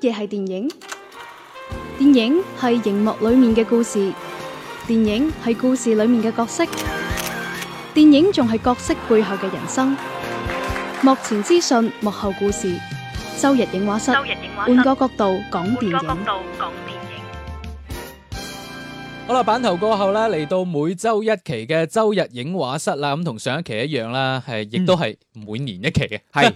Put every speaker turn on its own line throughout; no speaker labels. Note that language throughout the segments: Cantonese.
嘢係電影？電影係熒幕裏面嘅故事，電影係故事裏面嘅角色，電影仲係角色背後嘅人生。幕前資訊，幕後故事。周日影畫室，
周日映畫室
換個角度講電
換個角
影。
度講電影。
好啦，版頭過後啦，嚟到每周一期嘅周日影畫室啦，咁同上一期一樣啦，係亦都係每年一期嘅。
嗯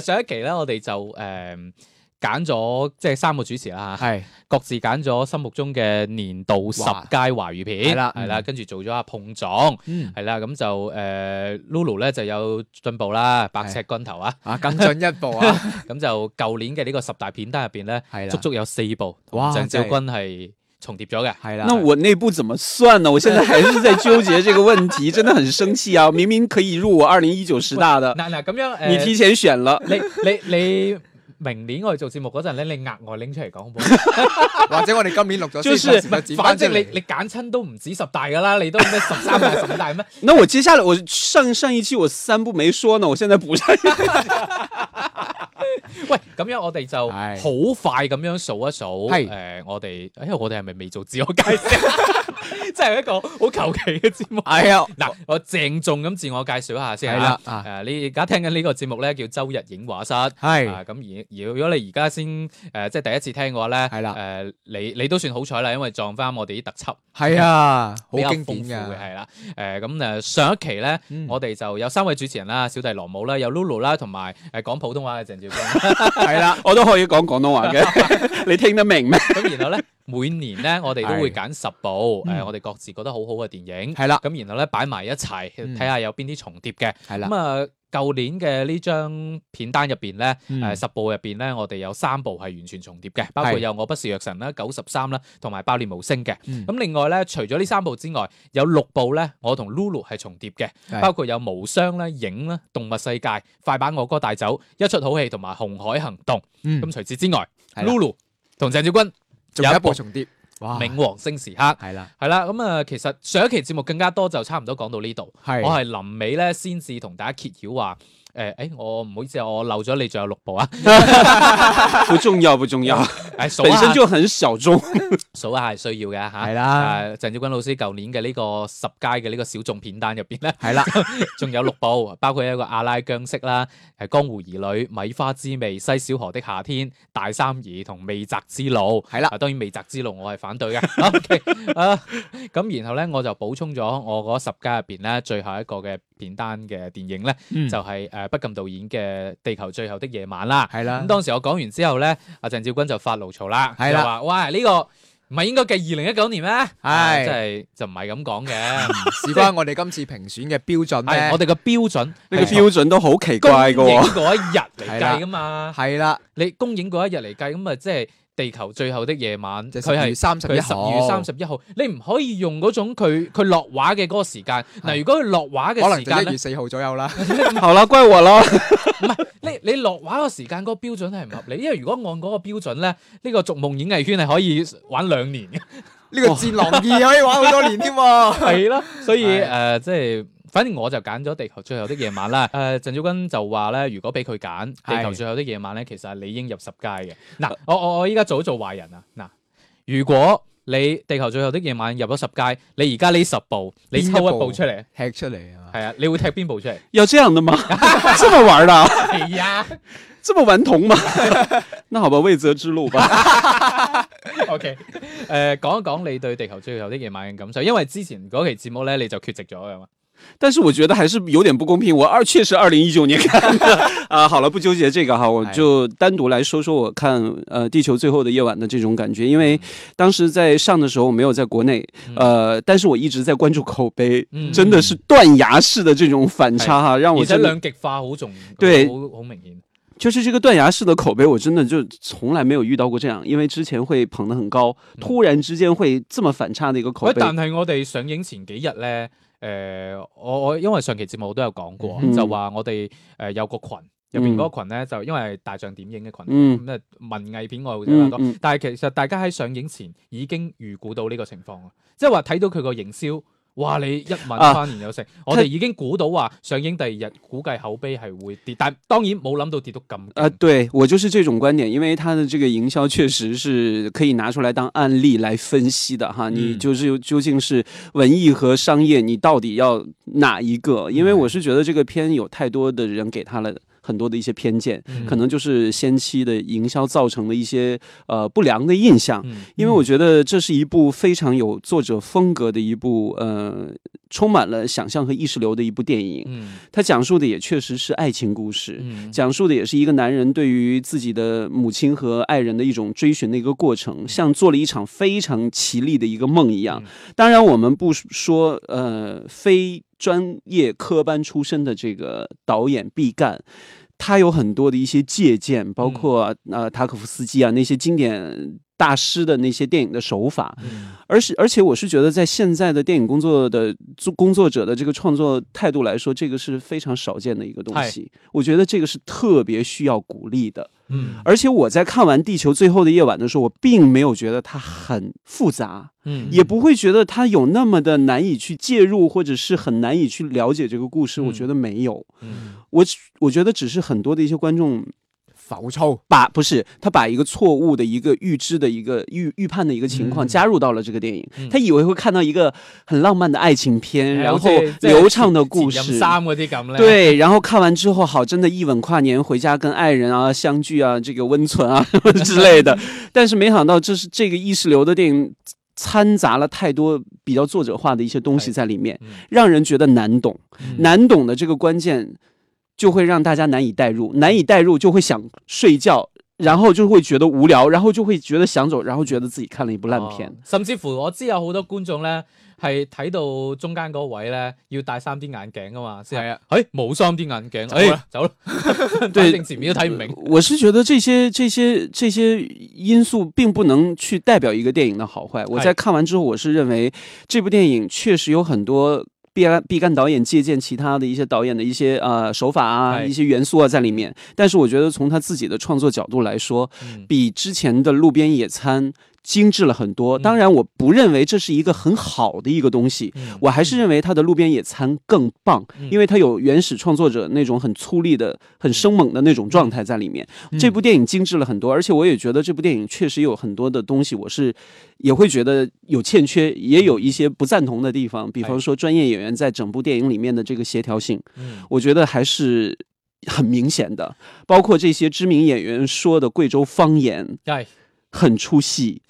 誒、上一期咧，我哋就誒揀咗即係三個主持
啊
啦嚇，
係
各自揀咗心目中嘅年度十
哇
佳華語片，
係啦
係啦，
嗯
跟住做咗下碰撞，
嗯
係啦，咁就誒 Lulu 咧就有進步啦，百尺竿頭啊，
啊，更進一步 啊，
咁就舊年嘅呢個十大片單入邊咧，
係啦，
足足有四部同
哇
鄭少
真係
君係重疊咗嘅。
係啦。
那我那部怎么算呢？我现在还是在纠结这个问题，真的很生 气啊！明明可以入我二零一九十大的，
嗱嗱咁樣誒，
哎
你提前选了。
你你你明年我哋做節目嗰陣咧，你額外拎出嚟講好唔好？
或者我哋今年錄咗
就
先
是
十剪
反
翻出
正你
嚟，
你揀親都唔止十大㗎啦，你都咩十三 大、十五大咩？
那我接下来我上上一期我三部没说呢，我现在补上 一个。
喂，咁樣我哋就好
係
快咁樣數一數，
係
誒、我哋，因為我哋係咪未做自我介紹？ 即係一個好求其嘅節目。
係啊，
嗱，我鄭重咁自我介紹一下先
係啦
嚇。誒、
啊
你而家聽緊呢個節目咧，叫周日影畫室。
哎
啊，
係
咁而而如果你而家先誒、即係第一次聽嘅話咧，
係啦
誒、你你都算好彩啦，因為撞翻我哋啲特輯。
哎
係啊，好
比較
經典
豐富嘅
㗎，
係啦。誒咁誒上一期咧，
嗯
我哋就有三位主持人啦，小弟羅姆啦，有 Lulu 啦，同埋誒講普通話嘅鄭兆君。
係啦，
我都可以講廣東 話嘅，你聽得明咩？
咁然後咧，每年咧我哋都會
係
揀十部
嗯
誒我哋各自覺得好好嘅電影。
係啦，
咁然後咧擺埋一齊，
嗯
睇下有邊啲重疊嘅。
係啦
咁，啊，舊年嘅呢張片單入邊咧，
嗯
呃
誒十部入邊咧，我哋有三部係完全重疊嘅，包括
係
有《我不是藥神》啦、《九十三》啦，同埋《爆裂無聲》嘅。
嗯
咁另外咧，除咗呢三部之外，有六部咧，我同 Lulu 係重疊嘅，
係
包括有《無雙》啦、《影》啦、《動物世界》、《快把我哥帶走》、《一出好戲》同埋《紅海行動》。
嗯
咁除此之外
係啦
，Lulu 同鄭少君
仲有
有
一
一部
部重疊，哇，
《冥王星時刻》。
係啦，
係啦，咁啊，其實上一期節目更加多，就差唔多講到呢度。
係
我係臨尾咧先至同大家揭曉話，誒、誒、我唔好意思啊，我漏咗你仲有六部啊，
不重要，不重 要，
誒
啊
數一
本身
下，
就很小眾。
數一下係需要嘅嚇。
係啦，
誒鄭少君老師舊年嘅呢個十佳嘅呢個小眾片單入邊咧，
係啦，
仲有六部，包括一個《阿拉姜色》啦，誒《江湖兒女》、《米花之味》、《西小河的夏天》、《大三兒》同《未擇之路》。
係啦
啊，當然未擇之路我係反對嘅。OK，啊，咁然後咧我就補充咗我嗰十佳入邊咧最後一個嘅片單嘅電影咧，
嗯
就係、誒、不禁導演嘅《地球最後的夜晚》啦。
係啦
咁，當時我講完之後咧，阿鄭少君就發牢嘈啦，
係
就
啊啦
話：喂，呢、個唔係應該計二零一九年咩？啊即
係
係就唔係咁講 嘅。
事關我哋今次評選嘅標準
係我哋
咧，
個標準，
那個標準都好奇怪嘅
公映
喎，
嗰一日嚟計噶嘛？
係啦，
你公映嗰一日嚟計，咁啊即係地球最後的夜晚，
就
佢
十二月
係。
三十
佢
一
十
號，
二月三十一號，你唔可以用嗰種佢佢落畫嘅嗰個時間。嗱，如果佢落畫
可
嘅
能
時
就
間
一
咧
月，四號左右啦，
好啦，怪我啦。
你你落畫嘅時間嗰個標準係唔合理，因為如果按嗰個標準咧，呢個逐夢演藝圈係可以玩兩年嘅。
呢個戰狼二可以玩好多年 添喎，
係啦，所以
係
誒即係。反正我就揀咗《地球最後的夜晚》 啦。誒、鄭少君就話咧，如果俾佢揀《地球
係
最後的夜晚》咧，其實係理應入十佳嘅。嗱，我我我依家做一做壞人啊！嗱，如果你《地球最後的夜晚》入咗十佳，你而家呢十部，你抽
邊
一
一部
部出嚟，
踢出嚟啊，
係啊，你會踢邊部 出嚟？
有這樣的 嗎？這麼玩的啊？
係啊
這麼顽童嗎？ 那好吧，未擇之路吧。
，OK。誒、呃講一講你對《地球最後的夜晚》嘅感受，因為之前嗰期節目咧，你就缺席咗㗎嘛。
但是我觉得还是有点不公平。我二确实二零一九年看的 啊、好了，不纠结这个哈，我就单独来说说我看呃《地球最后的夜晚》的这种感觉，因为当时在上的时候我没有在国内，呃，但是我一直在关注口碑，
嗯
真的是断崖式的这种反差哈，让我
而且
真的
兩極化好重，
對
好好明顯。
就是这个断崖式的口碑，我真的就从来没有遇到过这样，因为之前会捧得很高，突然之间会这么反差的一个口
喂，
碑。
但嗯係我哋上映前幾日咧，誒、我我因為上期節目都有講過，
嗯
就話我哋誒、呃有個群，入邊嗰個群咧就因為大象點映嘅群，
嗯
咁啊、文藝片愛好者比較
嗯
多，
嗯，
啊但係其實大家喺上映前已經預估到呢個情況啦，即係話睇到佢個營銷哇！你一問
啊
翻年有成，我哋已經估到話上映第二日估計口碑係會跌，但當然冇諗到跌到咁
呃，
勁。
对我就是这种观点，因为它的这个营销确实是可以拿出来当案例来分析的哈。你
嗯
就是究竟是文艺和商业，你到底要哪一个？因为
嗯
我是觉得这个片有太多的人给他了。很多的一些偏见，
嗯
可能就是先期的营销造成的一些呃不良的印象。
嗯
因为我觉得这是一部非常有作者风格的一部，呃，充满了想象和意识流的一部电影。
嗯
它讲述的也确实是爱情故事，
嗯
讲述的也是一个男人对于自己的母亲和爱人的一种追寻的一个过程，像做了一场非常奇丽的一个梦一样。当然，我们不说呃非专业科班出身的这个导演毕赣。他有很多的一些借鉴，包括呃塔可夫斯基啊那些经典大师的那些电影的手法，
嗯
而是而且我是觉得，在现在的电影工作的做工作者的这个创作态度来说，这个是非常少见的一个东西。我觉得这个是特别需要鼓励的。
嗯
而且我在看完《地球最后的夜晚》的时候，我并没有觉得它很复杂，
嗯
也不会觉得它有那么的难以去介入，或者是很难以去了解这个故事。
嗯
我觉得没有，
嗯
我我觉得只是很多的一些观众
浮操，
把不是他把一个错误的一个预知的一个预预判的一个情况
嗯
加入到了这个电影，
嗯
他以为会看到一个很浪漫的爱情片，
嗯
然
好
后
似即係
流暢的故
前任
事。
三嗰啲咁咧，
对，然后看完之后，好，真的一吻跨年回家跟爱人啊相聚啊，这个温存啊之类的。但是没想到，这是这个意识流的电影掺杂了太多比较作者化的一些东西在里面，
嗯，
让人觉得难懂。
嗯
难懂的这个关键，就会让大家难以代入，难以代入就会想睡觉，然后就会觉得无聊，然后就会觉得想走，然后觉得自己看了一部烂片
哦。甚至乎我知有好多觀眾咧係睇到中間嗰位咧要戴三 D 眼鏡噶嘛，先係
係啊，
誒冇三 D 眼鏡，
走啦
誒走啦，
對
反正前面都睇唔明。
我是觉得这些这些这些因素并不能去代表一个电影的好坏。我在看完之后，我是认为这部电影确实有很多毕赣毕赣导演借鉴其他的一些导演的一些呃手法啊、
哎
一些元素啊在里面。但是我觉得从他自己的创作角度来说，
嗯
比之前的路边野餐精致了很多。
嗯
当然，我不认为这是一个很好的一个东西。
嗯
我还是认为它的路边野餐更棒，
嗯
因为它有原始创作者那种很粗粝的、很生猛的那种状态在里面。
嗯
这部电影精致了很多，而且我也觉得这部电影确实有很多的东西，我是也会觉得有欠缺，也有一些不赞同的地方。比
哎
方说，专业演员在整部电影里面的这个协调性，
嗯
我觉得还是很明显的，包括这些知名演员说的贵州方言
係
很出戏。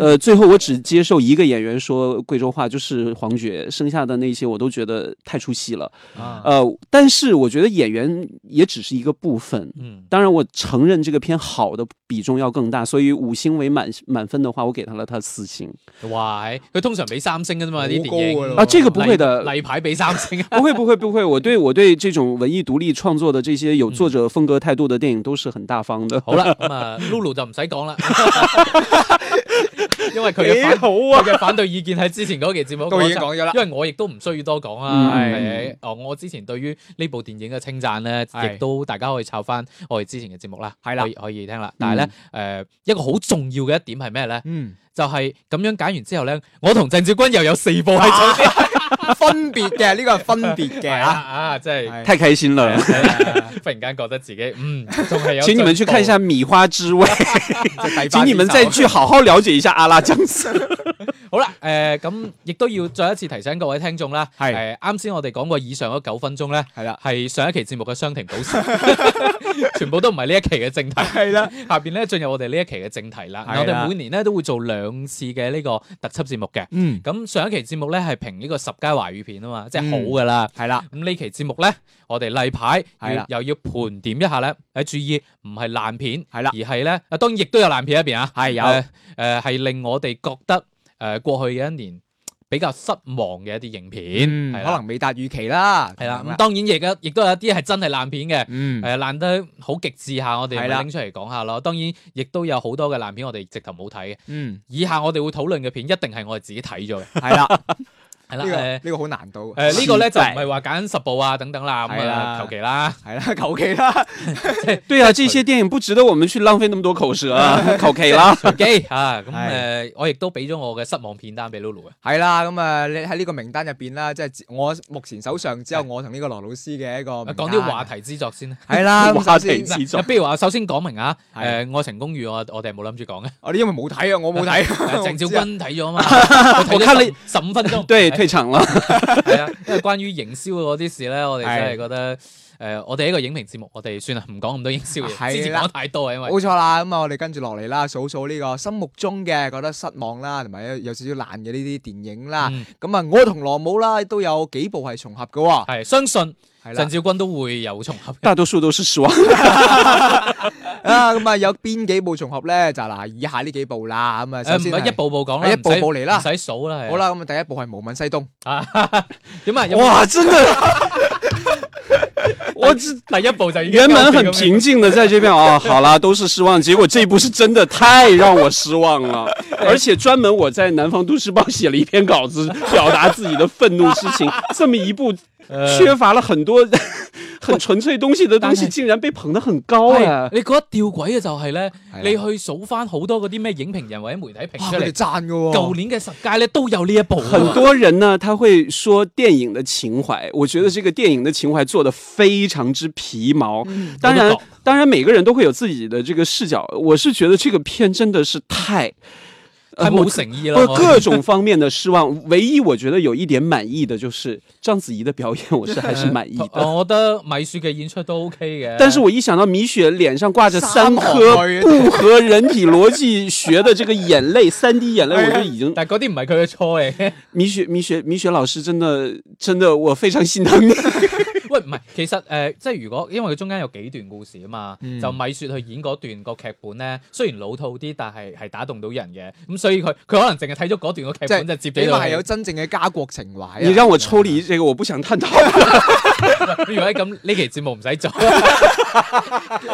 呃，最后我只接受一个演员说贵州话，就是黄觉，剩下的那些我都觉得太出戏了。
啊，
呃，但是我觉得演员也只是一个部分。
嗯
当然，我承认这个片好的比重要更大，所以五星为满满分的话，我给他了他四星
喂，佢通常俾三星嘅啫嘛，
好
啲電
高㗎
影
咯
啊。这个不会的，
例牌俾三星啊。
不会不会不会，我对我对这种文艺独立创作的这些有作者风格态度的电影都是很大方的。
好啦，咁啊，Lulu 就唔使講啦，因為佢嘅反
好啊
佢嘅反對意見喺之前嗰期節目
都已經
講
講咗啦
晒，因為我亦都唔需要多講啦。
嗯
係哦，我之前對於呢部電影嘅稱讚咧，
係
亦都大家可以抄翻我哋之前嘅節目啦，
係啦
可以可以聽啦。但係咧，誒一個好重要嘅一點係咩咧？
嗯，
就係咁樣揀完之後咧，我同鄭少君又有四部喺 咗邊
嗯分別嘅呢個係分別
係
嘅
啊
啊，
啊！真係
係
太开心了，
忽然間覺得自己嗯，仲係有。
请你们去看一下《米花之 味》，请你们再 去好好了解一下阿拉江 斯。
好啦，誒、咁亦都要再一次提醒各位聽眾啦，
係
誒啱先我哋講過以上嗰九分鐘咧，
係啦，
係上一期節目嘅雙停補時， 全部都唔係呢一期嘅正題。
係啦，
下邊咧進入我哋呢一期嘅正題啦。
係啦
我哋每年咧都會做兩次嘅呢個特輯節目嘅。
嗯，
咁上一期節目咧係評呢個十佳華語片啊嘛，即係好噶啦。
係啦，
咁呢期節目咧，我哋例牌
係啦
要又要盤點一下咧。誒，注意唔係爛片，
係啦
而係咧啊，當然亦都有爛片一邊啊。
係有，
誒誒係令我哋覺得誒、呃、過去嘅一年比較失望嘅一啲影片，
嗯
係
可
啦
能未達預期啦，
係啦。
咁
咁
樣
當然亦都亦都有一啲係真係爛片嘅。
嗯，
誒爛得好極致下，我哋咪
係啦
拎出嚟講下咯。當然，亦都有好多嘅爛片，我哋直頭冇睇嘅。
嗯，
以下我哋會討論嘅片，一定係我哋自己睇咗嘅。
係啦，
誒、係啦，
呢個呢
誒
個好難度，
誒呢個咧就唔
拜
係話揀十部啊等等啦，咁
係
啊
啦
求其 啦，
係啦，求其啦，
对啊，这些电影不值得我们去浪费那么多口舌 啊，求其啦。
隨機啊咁
係
誒，我亦都俾咗我嘅失望片單俾 Lulu 嘅，
係啦，咁啊，你喺呢個名單入邊啦，即係我目前手上只有我同呢個羅老師嘅一個名單
啊講啲話題之作先 啦。
係啦，咁
話
首
題
先
之作
嗱，比如話，首先講明啊，誒、
係
愛情公寓我我哋係冇諗住講嘅，
我哋因為冇睇啊，我冇睇， 我
鄭
唔知啊
少君睇咗嘛，我
我看你
十五分 鐘，
对，
係
退场了。
係啊，因為關於營銷嗰啲事咧，我哋真係
係
覺得誒、呃我哋一個影評節目，我哋算啦，唔講咁多影銷嘢，之
係
前
啦
講太多啊，因為
冇錯啦，咁啊，我哋跟住落嚟啦，數數呢個心目中嘅覺得失望啦，同埋有有少少爛嘅呢啲電影啦。
嗯
咁啊，我同羅姆啦都有幾部係重合嘅喎，
係相信鄭
係啦。
少君都會有重合嘅。
大多数都是 失望。
啊，咁啊，有邊幾部重合咧？就嗱，以下呢幾部啦。咁啊，
誒
首
呃唔
先
係
係
一步步講啦，
係一
唔使
步步嚟啦
唔使數啦，係啊
好。啦，咁啊，第一部係《無問西東》。
點啊？有冇
哇，真的，我只
第一步就已經
原本很
有幾個
平静的在这边啊，好啦，都是失望，结果这一部是真的太让我失望 了，而且专门我在南方都市报写了一篇稿子，表达自己的愤怒之 情，这么一部
呃
缺乏了很多 很纯粹东西的东
但
西，
是
竟然被捧得很高
係
啊！
你覺得吊詭嘅就係咧，
係啦
你去數翻好多嗰啲咩影評人或者媒體評
哇，
出
佢哋
嚟，
讚嘅
舊
喎。
年嘅十佳咧都有呢一部㗎
很
喎。
多人呢，他会说电影的情怀，我觉得这个电影的情怀做的非常之皮毛。当
我
然
都懂，
当然每个人都会有自己的这个视角。我是觉得这个片真的是太，
太
呃
冇
我
誠意啦！
呃
我嗯
各种方面的失望。唯一我觉得有一点满意的就是章子怡的表演，我是还是满 意的。
哦我覺得米雪嘅演出都 OK 嘅，
但是我一想到米雪脸上挂着三
三行
颗
泪
不合人体逻辑学的这个眼泪，三滴眼泪，我就已经
但係嗰啲唔係佢嘅錯嚟嘅。
米雪，米雪，米雪老师真的真的，我非常心疼你。
喂，唔係，其實誒、呃即係如果因為佢中間有幾段故事啊嘛，
嗯
就米雪去演嗰段個劇本咧，雖然老套啲，但係係打動到人嘅，咁所以佢佢可能淨係睇咗嗰段個劇本就接
起
俾到
碼係
你
有真正嘅家國情懷
哎
啊。
你让我抽离这个，我不想探讨。
如果係咁，呢期節目唔使做。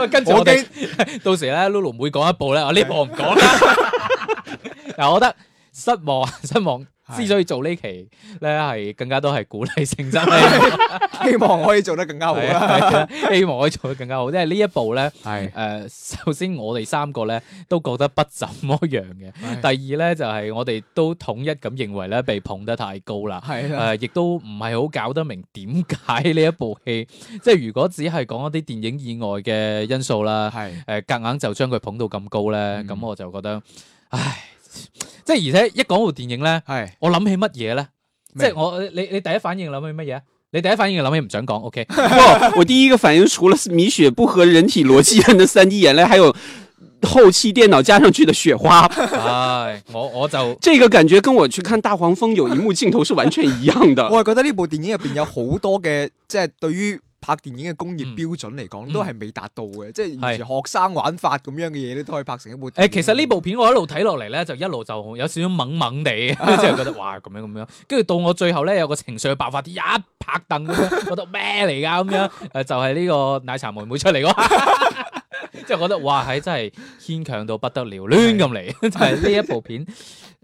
喂跟住
我
我哋 到時咧，Lulu 每講一部咧，我呢部我唔講 啦。嗱，我覺得失望 失望。之所以做呢期咧，係更加多係鼓勵 性質
啊
咧，
希望可以做得更加好
係
啦。
啊係啊希望可以做得更加好。因為呢一部咧，
係
誒、呃 首先我哋三個咧都覺得不怎麼樣 嘅。
啊
第二咧就係、我哋都統一咁認為咧被捧得太高 啦。誒、
係啊啦，
亦都唔係好搞得明點解呢一部戲，即係如果只係講一啲電影以外嘅因素啦，
係
誒夾、硬就將佢捧到咁高咧，
嗯
咁、我就覺得，唉，即係而且一講部電影咧，
係
我諗起乜嘢咧？即
咩
係我你你第一反應諗起乜嘢？你第一反應諗起唔想講，OK？
不，我第一个反应除了米雪不合人体逻辑的那三滴眼泪，还有后期电脑加上去的雪花，
唉，我我就。
这个感觉跟我去看《大黄蜂》有一幕镜头是完全一样的。
我係覺得呢部電影入邊有好多嘅，即係對於拍電影嘅工業標準嚟講，都係未達到嘅，即嗯係完全學生玩法咁樣嘅嘢咧，都可以拍成一部電影。
誒，其實呢部片我一路睇落嚟咧，就一路就有少少懵懵地，即係覺得哇咁樣咁樣，跟住到我最後咧有個情緒嘅爆發點，一拍凳咁樣，覺得咩嚟㗎咁樣？誒，就係呢個奶茶妹妹出嚟嗰下， 即係覺得哇係真係牽強到不得了，亂咁嚟， 就係呢一部片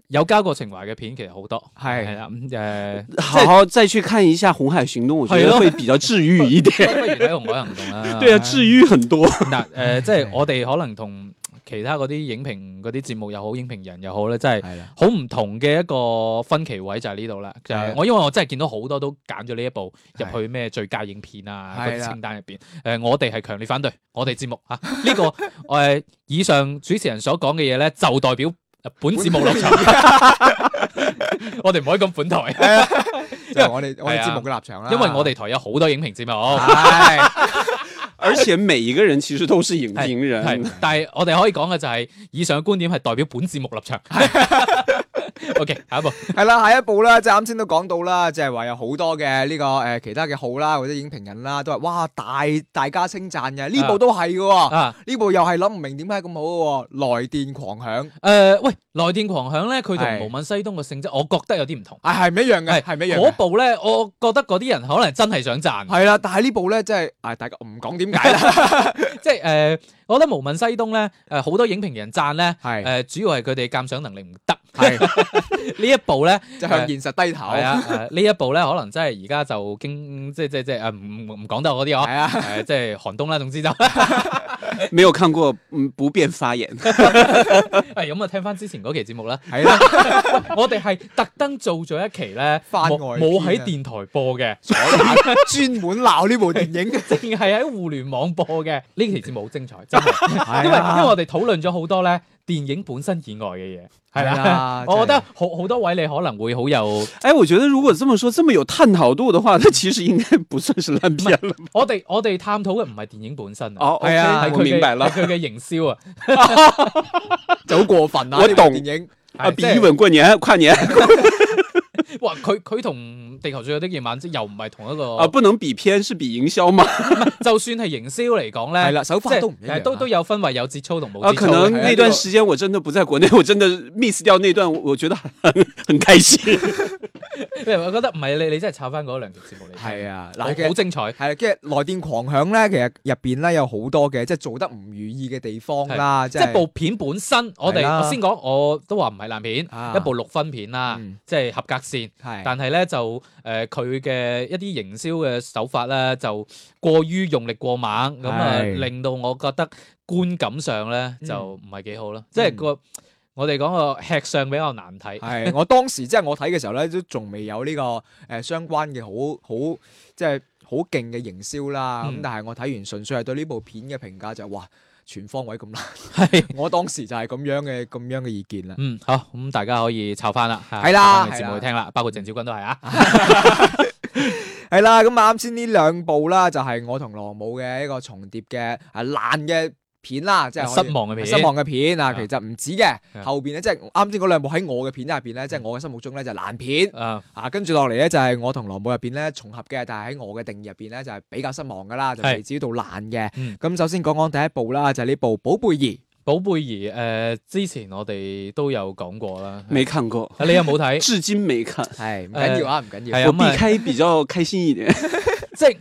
有家國情懷嘅片其實好多，
係
係啦咁誒，
好好再去看一下《红海行动》，我觉
哎
得
呦哎
会比较治愈一点。
不如睇《紅海行動》 啦，
对啊，治愈很多。
嗱誒，即係我哋可能同其他嗰啲影評嗰啲節目又好，影評人又好咧，真係。
係啦，
好唔同嘅一個分歧位就係呢度啦，就係
係啊
我因為我真係見到好多都揀咗呢一部入
係
去咩最佳影片啊嗰
係
啲
啦
清單入邊，誒、我哋係強烈反對，我哋節目啊 呢、個誒、以上主持人所講嘅嘢咧就代表本節目 立場，我哋唔可以咁本台，
啊就係我哋我哋
係啊
節目嘅立場啦。
因為我哋台有好多影評節
啊
目，
係
而且每一个人其实都是影
哎
评人
係，，但係我哋可以講嘅就係以上觀點係代表本節目立場。OK，下一 步
係啦，下一部啦，即係啱先都講到啦，即係話有好多嘅呢個誒其他嘅號啦，或者影評人啦，都話哇大大家稱讚嘅，呢部都係嘅喎。
啊。
呢部又係諗唔明點解咁好嘅喎，來電狂響，
誒、喂，來電狂響咧，佢
係
同無問西東嘅性質，我覺得有啲唔同。
啊係唔一樣嘅，係唔一樣
嗰
嘅。
部咧，我覺得嗰啲人可能真係想賺，
係啦，但係呢部咧，即係啊，大家唔講點解 啦，
即係誒、呃我覺得無問西東咧，誒、好多影評人讚咧，誒、呃
係
主要係佢哋鑑賞能力唔得，
系
呢一步咧。
就向現實低頭。
系啊，誒呢一步咧，可能真係而家就經即即即誒唔唔唔講得嗰啲
係
哦，
啊，
誒即係寒冬啦，總之 就
没有看过，嗯，不便发言。
係咁啊，聽翻之前嗰期節目 啦，
係啦，
我哋係特登做咗一期咧，
番
冇
外
冇喺
篇
電
啊
台播嘅，
專門鬧呢部電影。
淨係喺互聯網播嘅。呢期節目好精彩，真 係，因
因
為因為我哋討論咗好多咧電影本身以外嘅嘢，係啦
係啦，
我覺得好好多位你可能會好有。
哎，我觉得如果这么说这么有探讨度的话，它其实应该不算是烂片了吧。
我哋我哋探討嘅唔係電影本身啊，
哦，
哎呀
係
我
佢
明白
嘅
了，
係佢嘅營銷啊，
就好過分啦！
我
呢部
懂
電影
啊，
係
比
即係
一吻过年跨年
哎哇！佢佢同地球最後的夜晚即係又唔係同一個，
啊，不能比片是比营销吗？
就算係營銷嚟講
係
咧，
啦，手
即
法都唔一
係
樣，啊
都都有分為有節操同冇
啊，
節操
可
嘅。
能
哎呀
那段时间我真的不在国内，我真的 miss 掉那段，我我觉得很 很 开心。
你我覺得唔係你你真係炒翻嗰兩條節目嚟聽，
係啊，
好
嗱
好精彩。
係啦，跟住來電狂響咧，其實入邊咧有好多嘅，即係做得唔如意嘅地方啦，
即
係
係部片本身，我
係
哋
啦
我先講，我都話唔係爛片，
啊
一部六分片啦
嗯，
即係合格線。
係
但係咧就誒佢嘅一啲營銷嘅手法咧就過於用力過猛，咁啊
係
令到我覺得觀感上咧
嗯
就唔係幾好啦，即係個我哋講個吃相比較難睇。
係我當時即係我睇嘅時候咧，都仲未有呢個誒相關嘅好好即係好勁嘅營銷啦。
嗯
咁但係我睇完純粹係對呢部片嘅評價就係哇全方位咁爛，
係
我當時就 係咁樣嘅咁樣嘅意見啦。
嗯，好，咁大家可以抄翻啦，
係啦
節
係
目
啦
去聽啦，包括鄭少君都係啊，
係啦，咁啊啱先呢兩部啦，就係我同羅姆嘅一個重疊嘅啊爛嘅片啦，即係可 以
失望嘅片，
失望嘅片啊，
啊
其實唔止嘅
啊，嗯
後邊咧即係啱先嗰兩部喺我嘅片入邊咧，即係我嘅心目中咧就係爛片
啊，
啊，跟住落嚟咧就係我同羅姆入邊咧重合嘅，但係喺我嘅定義入邊咧就係比較失望噶啦，就
係
未至於到爛嘅
嗯。
咁首先講講第一部啦，就係呢部《寶貝兒
寶貝兒，誒，之前我哋都有講過啦，
没看过，
啊你有冇睇？
至今没看》，，
係唔緊要啊，唔緊
係
要。
啊
我
咁啊
避开比较开心一点。
即係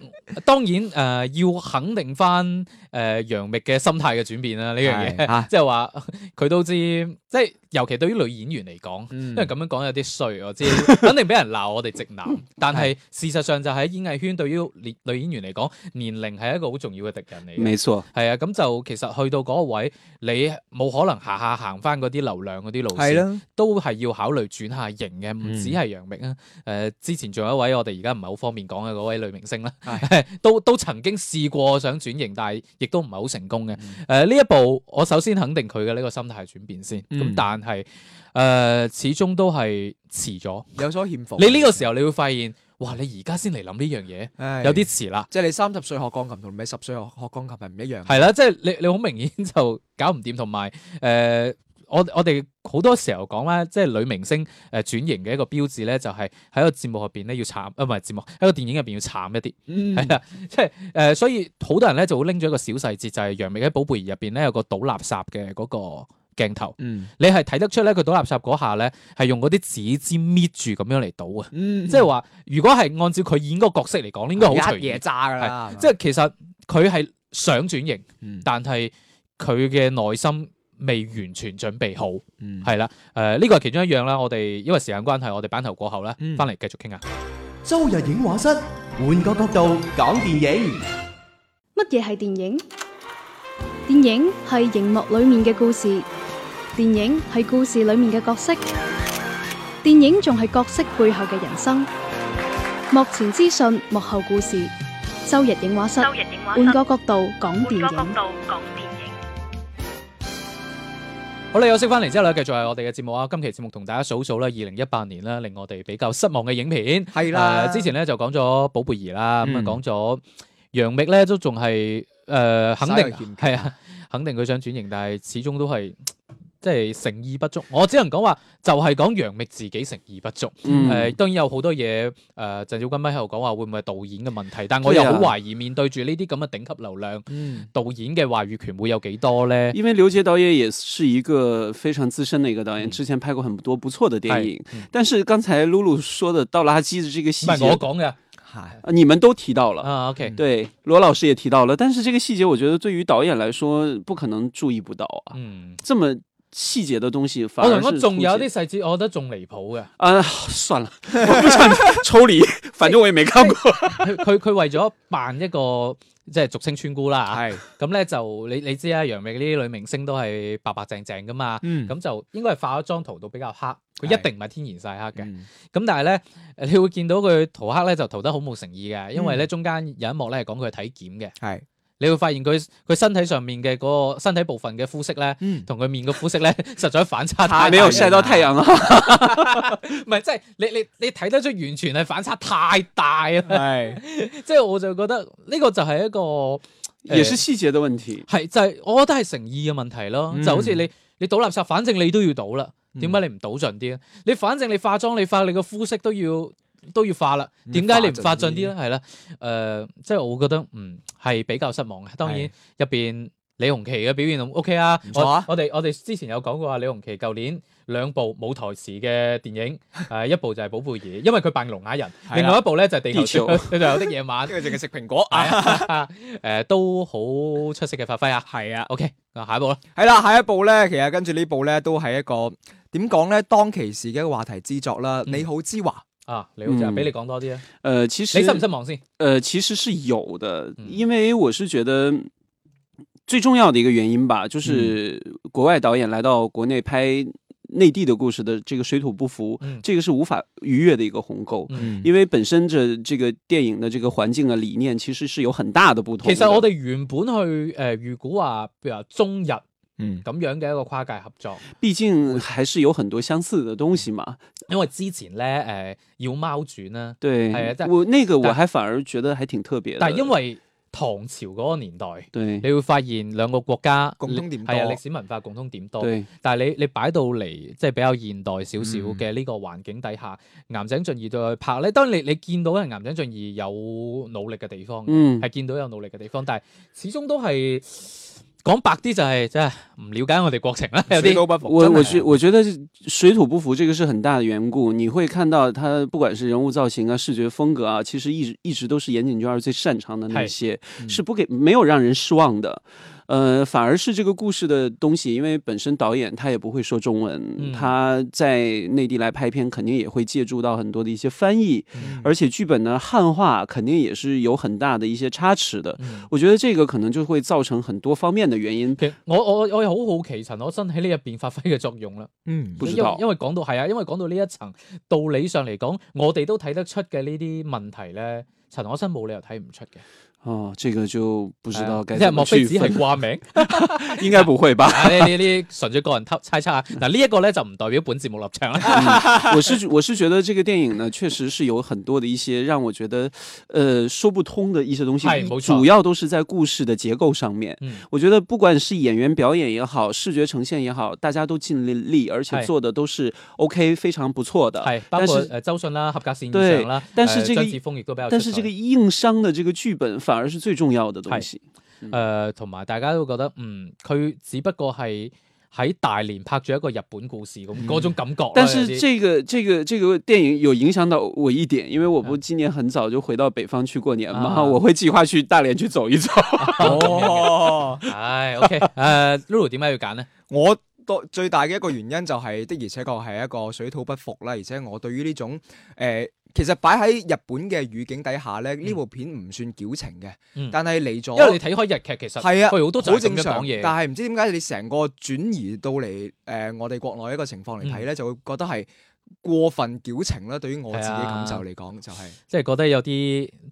當然誒、呃要肯定翻誒楊幂嘅心態嘅轉變啦，呢樣
係
嘢
啊
即係話佢都知，即係尤其對於女演員嚟講，
嗯
因為咁樣講有啲衰，我知 肯定俾人鬧我哋直男。但係事實上就喺演藝圈對於年女演員嚟講，年齡係一個好重要嘅敵人
嗯
嚟嘅。
没错，
係啊，咁就其實去到嗰個位，你冇可能下下行翻嗰啲流量嗰啲路
係
線，
啦，
都係要考慮轉下型嘅，
嗯
唔止係楊幂啊。誒、之前仲有一位我哋而家唔係好方便講嘅嗰位女明星啦。 都都曾經試過想轉型，但係亦都唔係好成功嘅。呃誒呢、
嗯
一步，我首先肯定佢嘅呢個心態轉變先。咁、
嗯
但係誒、始終都係遲咗。
有所欠奉。
你呢個時候，你會發現，哇！你而家先嚟諗呢樣嘢，
唉
有啲遲啦。
即係你三十歲學鋼琴同你十歲學學鋼琴係唔一樣嘅。
係啦，即係你你好明顯就搞唔掂，同埋誒。我我哋好多時候講啦，即係女明星誒轉型嘅一個標誌咧，就係喺個節目入邊咧要慘，啊唔係節目喺個電影入邊要慘一啲。
嗯
係啊，即係誒、呃所以好多人咧就會拎咗一個小細節，就係、楊幂喺《寶貝兒》入邊咧有個倒垃圾嘅嗰個鏡頭，
嗯
你係睇得出咧佢倒垃圾嗰下咧係用嗰啲紙尖搣住咁樣嚟倒啊，
嗯，啊
即係話如果係按照佢演嗰個角色嚟講，應該好隨
呃一
意
夜，炸㗎啦，
啊即係其實佢係想轉型，
係
但係佢嘅內心未完全準備好，
嗯
係啦，誒呢個係其中一樣啦。我哋因為時間關係，我哋版頭過後咧，
嗯
翻嚟繼續傾下。啊
周日影畫室，換個角度講電影。
乜嘢係電影？電影係熒幕裏面嘅故事，電影係故事裏面嘅角色，電影仲係角色背後嘅人生。幕前資訊，幕後故事。周日影畫室，
周日影畫室，
換個角度講電
換個角
影。
度講電影。
好啦，休息翻嚟之後咧，繼續係我哋嘅節目啊！今期節目同大家數數啦，二零一八年啦，令我哋比較失望嘅影片。
係啦
呃誒之前咧就講咗寶貝兒啦，咁啊
嗯
講咗楊幂咧都仲係誒肯
稍有
定
欠缺
係啊，肯定佢想轉型，但係始終都係即係誠意不足。我只能講話就係講楊幂自己誠意不足。誒、呃
嗯，
當然有好多嘢誒、呃鄭少君咪喺度講話會唔會係導演嘅問題，但我又好
係啊
懷疑面對住呢啲咁嘅頂級流量，
嗯
導演嘅話語權會有幾多咧？
因为刘杰导演也是一个非常资深的一个导演，
嗯
之前拍过很多不错的电影
哎嗯。
但是刚才露露说的倒垃圾的这个细
唔係
节
我，講嘅
係
啊你们都提到了。
啊，OK。
对，罗老师也提到了，但是这个细节，我觉得对于导演来说不可能注意不到啊。
嗯，
这么细节的东西，反
我
而
同
是
我仲有
粗
一
节
啲細節，我覺得仲離譜嘅。
啊，算了，我不想 抽离，反正我也没看过。
佢佢佢為咗扮一個即係俗稱村姑啦
係
咁咧就你你知啦，楊幂呢啲女明星都係白白淨淨噶嘛，
嗯
咁就應該係化咗妝塗到比較黑，佢
係
一定唔係天然晒黑嘅。
嗯
咁但係咧，誒 你會見到佢塗黑咧就塗得好冇誠意嘅，因
嗯
為咧中間有一幕咧係講佢去體檢嘅，
係
你會發現佢佢身體上面嘅嗰個身體部分嘅膚色咧，
嗯
同佢面嘅膚色咧 實在反差太哎
还
大
没有晒到太，阳啊！
唔係即係你你你睇得出完全係反差太大 啦，
係
即係我就覺得呢個就係一個。
也是细节的问题。
係就係、我覺得係誠意嘅問題咯，
嗯
就好似你你倒垃圾，反正你都要倒啦，點解你唔倒盡啲咧？你反正你化妝，你化你個膚色都要都要化啦，
嗯
點解你唔化盡啲咧？係啦，誒、即係我覺得嗯係比較失望嘅。當然
係
入邊李紅旗嘅表現 O K 啊
唔，錯
我
啊
我哋我哋之前有講過啊，李紅旗舊年。兩部冇台詞嘅電影，誒、一部就係《寶貝兒》，因為佢扮聾啞人；
係啦
另外一部咧 就係、地
地
球
球
最最後的夜晚
因》為淨係食蘋 果啊。
啊，誒、都好出色嘅發揮啊！
係啊。
OK，啊下一步啦，
系啦，下一部咧，其實跟住呢部咧都係一個點講咧，當其時嘅一個話題之作啦。
嗯
你好之華，
啊，你好似係
嗯
俾你講多啲啊，
呃，其实
你失唔失望先？
呃，其实是有的
嗯，
因为我是觉得最重要的一个原因吧，就是
嗯
国外导演来到国内拍内地的故事的这个水土不服，
嗯
这个是无法逾越的一个鸿沟。
嗯，
因为本身这这个电影的这个环境啊理念其实是有很大的不同的。
其實我哋原本去誒預估話，譬如話中日咁
嗯，
樣嘅一個跨界合作，
毕竟还是有很多相似的东西嘛。
因為之前咧誒《妖貓傳》啦，
对，
哎呀但
我那个我
但
还反而觉得还挺特别的。
但係因為唐朝嗰個年代。
对
你會發現兩個國家
共通點多
係啊，歷史文化共通點多。
对
但係你你擺到嚟即係比較現代少少
嗯
嘅呢個環境底下，岩井俊二對佢拍咧，當然你你見到係岩井俊二有努力嘅地方嘅，
嗯
係見到有努力嘅地方，但係始終都係講白啲就係即係唔了解我哋國情 啦，有
水
啲
土不服
哎我
真係
我觉我觉得水土不服这个是很大的缘故，你会看到他不管是人物造型啊、视觉风格啊，其实一直一直都是岩井俊二最擅长的那
嗨
些，
嗯
是不给没有让人失望的。呃，反而是这个故事的东西，因为本身导演他也不会说中文，
嗯
他在内地来拍片，肯定也会借助到很多的一些翻译，
嗯
而且剧本呢汉化肯定也是有很大的一些差池的。
嗯
我觉得这个可能就会造成很多方面的原因，
其實我我我又好好奇陳可辛喺呢入邊發揮嘅作用啦，
嗯
不知
因為
道
因為講到係啊，因為講到呢一層道理上嚟講，我哋都睇得出嘅呢啲問題咧，陳可辛冇理由睇唔出嘅。
哦，这个就不知
係啊
道该
即係
怎
莫
么
非
去
只係
分，
掛名？
应该不会 吧？
啊，呢呢呢純粹個人偷猜測啊！嗱，呢一個咧就唔代表本節目立場 啦。
嗯我是觉我是觉得这个电影呢，确实是有很多的一些让我觉得，呃，说不通的一些东西
嗨哎没，错
主要都是在故事的结构上面。
嗯
我觉得不管是演员表演也好，视觉呈现也好，大家都尽力力，而且
嗨
做的都是 OK，非常不错的。
係，包
但
括
是
誒周迅啦、合格線以
對
上啦，
但是
誒
這個
張志峰亦都比較出彩。
但是这个硬伤的这个剧本反而是最重要的
哎
东西。
誒，呃同埋大家都覺得嗯，佢只不過係喺大連拍咗一個日本故事
嗯
咁嗰種感覺啦。
但
有
是
啲
这个这个这个电影有影响到我一点，因为我不今年很早就回到北方去过年嘛，
啊
我会计划去大连去走一走。
哦，
唉，OK，誒，Lulu 點解要揀呢？
我多最大嘅一個原因就係的而且確係一個水土不服啦，而且我對於呢種诶。其實擺喺日本嘅語境底下咧，呢部片唔算矯情嘅，
嗯
但係嚟咗
因為你睇開日劇，其實
係啊
佢好多就係
好
咁
正
樣
常
講，嘢。
但係唔知點解你成個轉移到嚟誒、呃我哋國內一個情況嚟睇
嗯
咧，就會覺得係過分矯情啦。對於我自己
係啊
感受嚟講，就係、
即係覺得有啲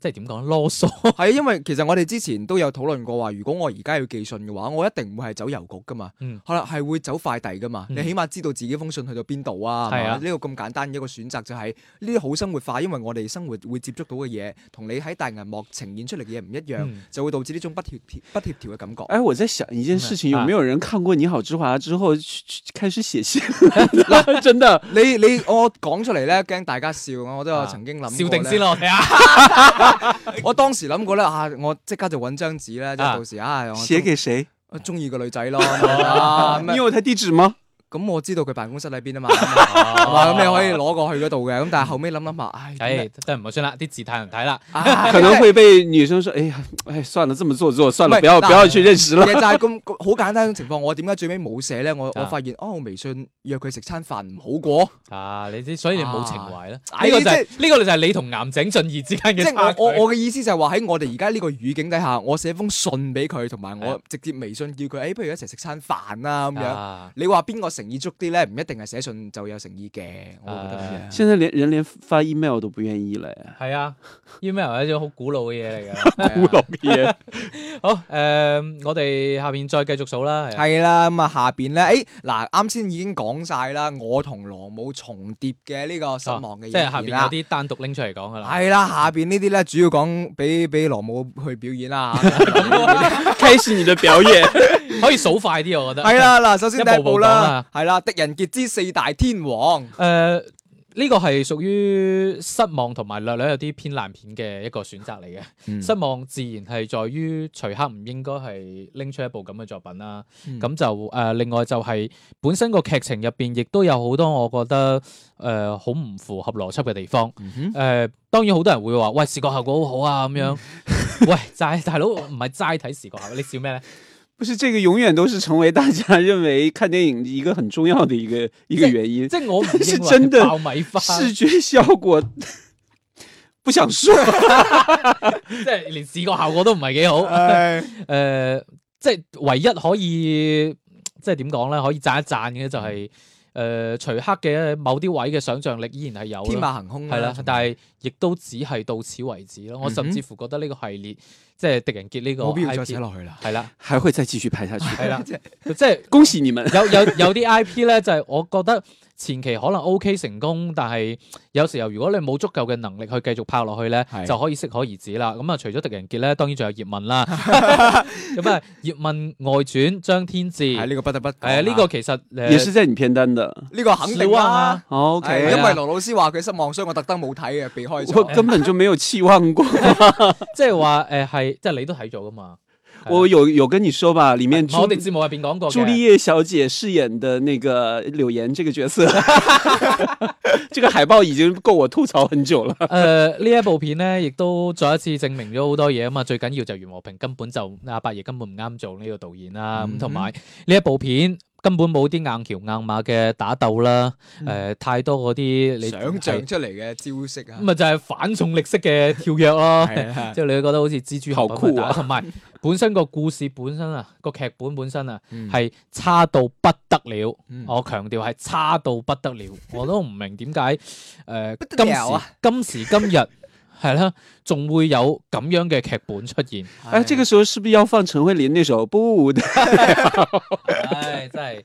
即係點講囉嗦。啊
係啊因為其實我哋之前都有討論過話，如果我而家要寄信嘅話，我一定唔會係走郵局噶嘛，
嗯
可能係會走快遞噶嘛。
嗯
你起碼知道自己封信去到邊度啊，
係啊
係嘛呢個咁簡單嘅一個選擇就係呢啲好生活化，因為我哋生活會接觸到嘅嘢，同你喺大銀幕呈現出嚟嘅嘢唔一樣，
嗯
就會導致呢種不協調、不協調嘅感覺。
哎，我在想一件事情，
嗯
有
啊
没有人看过《你好，之华》之后去去开始写 信？真的，
你你我講出嚟咧，驚大家笑我，我都有曾經諗過
啊笑定先
啦。
咯，我啊睇下。
我當時諗過咧，啊，我即刻就揾張紙咧，即係
啊
到時啊，我
写给谁？
我中意個女仔咯，啊咁
你
啊
有他地址吗？
咁我知道佢辦公室喺邊啊嘛， 係嘛哦咁你可以攞過去嗰度嘅，咁但係後尾諗諗下，唉，點
唉，
咧
真係唔好算啦，啲字太難睇啦。
唉
可能会被女生说：“哎呀，哎，算了，这么做作，算了，
喂
不要不
但
要去认识了。
嘢就係咁好簡單嘅情況。我點解最尾冇寫咧？我
啊
我發現哦，我微信約佢食餐飯唔好過，
啊，你啲所以你冇情懷啦。
啊
呢個就係
即
呢個就係你同岩井俊二之間
即
嘅
係
差
我
距。
我我嘅意思就係話喺我哋而家呢個語境底下，我寫封信俾佢，同埋
係
我直接微信叫佢，哎誒，不如一齊食餐飯啦咁樣。
啊
你話邊個誠意足啲咧？唔一定係寫信就有誠意嘅，我覺
啊
得。
现在连人连发 email 都不愿意了，哎
係啊，email 係一種好古老嘅嘢嚟 㗎。
係啊
也
好，诶，我哋下面再繼續數啦。係啊
係啦，咁啊下邊咧，誒嗱，啱先已經講晒啦，我同羅姆重疊嘅呢個失望嘅
啊即
嘢
係下邊
啦
有。啲單獨拎出嚟講㗎啦。
係啦，下邊呢啲咧主要講俾俾羅姆去表 演啦。
开始你的表演。
可以數快啲，我覺得。
係啦，嗱，首先第
一
一
步步
部
講
啦
啦，
係啦，《狄仁傑之四大天王》。
诶，呃呢個係屬於失望同埋略略有啲偏爛片嘅一個選擇嚟嘅。
嗯
失望自然係在於徐克唔應該係拎出一部咁嘅作品啦。
嗯
咁、就誒、呃另外就係本身個劇情入邊亦都有好多我覺得誒好唔符合邏輯嘅地方。
嗯
誒、
哼
當然好多人會話：喂，視覺效果好好啊咁樣。
嗯
喂，齋大佬唔係齋睇視覺效果，你笑咩咧？
不是这个，永遠都是成為大家認為看電影一個很重要的一 個一個原因。
即係我唔
是
認 為
真的
係爆米花，
視覺效果不想說，
即係連視覺效果都唔係幾 好。誒、呃即係唯一可以即係點講咧，可以讚一讚嘅就
嗯
係、誒、徐克嘅某啲位嘅想像力依然係有
天
啦，
馬行空
係啦，但
係
係亦都只係到此為止咯。我
嗯哼
甚至乎覺得呢個系列即係狄仁傑呢個
冇必要再
I
寫
P
落去啦。
係啦，
還會再繼續拍下 去。
係啦，即係
恭喜你們！
有有有啲 I P 咧，就係我覺得前期可能 O、k 成功，但係有時候如果你冇足夠嘅能力去繼續拍落去咧，
係
就可以適可而止啦。咁啊，除咗狄仁傑咧，當然仲有葉問 啦。咁啊，葉問外傳張天志，
係呢個不得不講啦
誒啊呢個其實呃
也
誒
是在你片單的。
呢個肯定
失望
啦
啊。
OK，
係
啊
因為羅老師話佢失望，所以我特登冇睇嘅，避開
我
咗。
根本就哎沒有期望 過。
即係話誒係，即係你都睇咗噶嘛？
我有有跟你說吧，裡面
唔係我
朱
哋節目入邊講過
朱
嘅。
麗葉小姐飾演的那個柳岩這個角 色，這個海報已經夠我吐槽很久了。
呃誒呢、一部片咧，亦都再一次證明咗好多嘢啊嘛！最緊要就袁和平根本就阿伯爺根本唔啱做呢個導演啦，咁同埋呢一部片根本冇啲硬橋硬馬嘅打鬥啦，誒、太多嗰啲你
想像出嚟嘅招式啊
咁，咪就係反重力式嘅跳躍咯。
係啊
即係你會覺得好似蜘蛛
好
俠
酷
咁
啊
打，同埋本身個故事本身啊，個劇本本身啊，
嗯
係哦差到不得了。
嗯
我強調係差到不得 了，我都唔明點解誒
得
今
了啊
時今時今日 係啦，仲會有咁樣嘅劇本出現。
啊
哎，這個時候是不是要放陳慧琳那首《不的
唉，真係誒、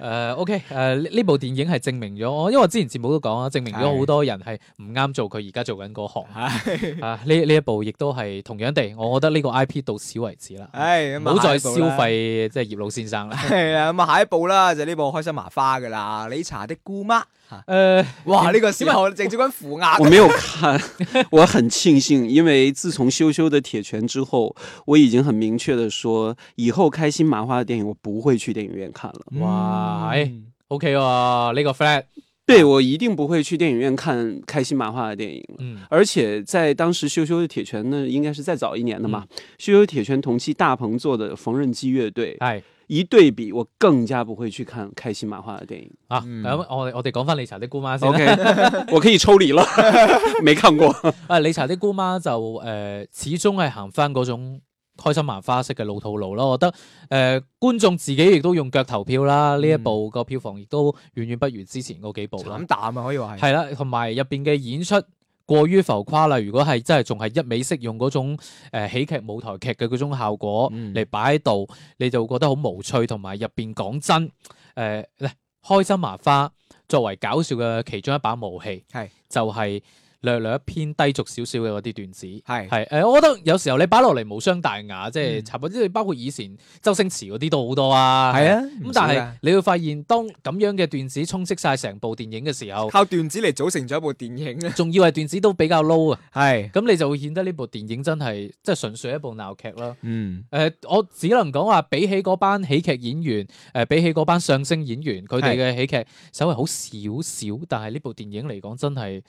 呃 OK 誒、呢呢部電影係證明咗我，因為我之前節目都講啦，證明咗好多人係唔啱做佢而家做緊嗰 行啊。呢呢一部亦都係同樣地，我覺得呢個 IP 到此為止啦，
唉，
唔
咁啊
好再消
下一步啦
費即係葉老先生 啦。
係啊，咁啊下一部啦就呢部《開心麻花》噶啦，《李茶的姑媽》嚇。
誒、
哇！呢個時候
啊
鄭少君扶額 啊
我，没有看，我很庆幸，因为自从羞羞的铁拳之后，我已经很明确的说，以后开心麻花的电影我不会去电影院看了。
啊嗯
哇，唉 OK 喎、呢、個 flat，
对我一定不会去电影院看开心麻花的电影了。
嗯，
而且在当时羞羞的铁拳呢，应该是再早一年的嘛。羞羞的铁拳同期大鹏做的缝纫机乐队，
係
一对比，我更加不会去看开心麻花的电影。
啊，咁、
嗯
我哋我哋講翻理查啲姑媽先啦。
OK，我可以抽离了， 没看过。
啊，理查啲姑媽就誒、呃始終係行翻嗰種開心麻花式嘅老套路咯。我覺得誒、呃、觀眾自己亦都用腳投票啦，呢、一部個票房亦都遠遠不如之前嗰幾部啦
慘。淡啊，可以話係。
係啦，同埋入邊嘅演出。過於浮誇啦！如果係真係仲係一味識用嗰種、呃、喜劇舞台劇嘅嗰種效果
嗯
嚟擺喺度，你就會覺得好無趣，同埋入邊講真誒、呃，開心麻花作為搞笑嘅其中一把武器，
係
就係略略偏低俗少少嘅嗰啲段子。
係
係誒，我覺得有時候你擺落嚟無傷大雅，即係
嗯
差唔多，即係包括以前周星馳嗰啲都好多啊。
係啊
咁
唔
但
少
係
㗎
你會發現，當咁樣嘅段子充斥晒成部電影嘅時候，
靠段子嚟組成咗一部電影咧，
仲要係段子都比較 low 啊，
係，
咁你就會顯得呢部電影真係即係純粹一部鬧劇啦。
嗯，
誒、我只能講話，比起嗰班喜劇演員，誒、比起嗰班相聲演員，佢哋嘅喜劇稍微好少少，但係呢部電影嚟講真係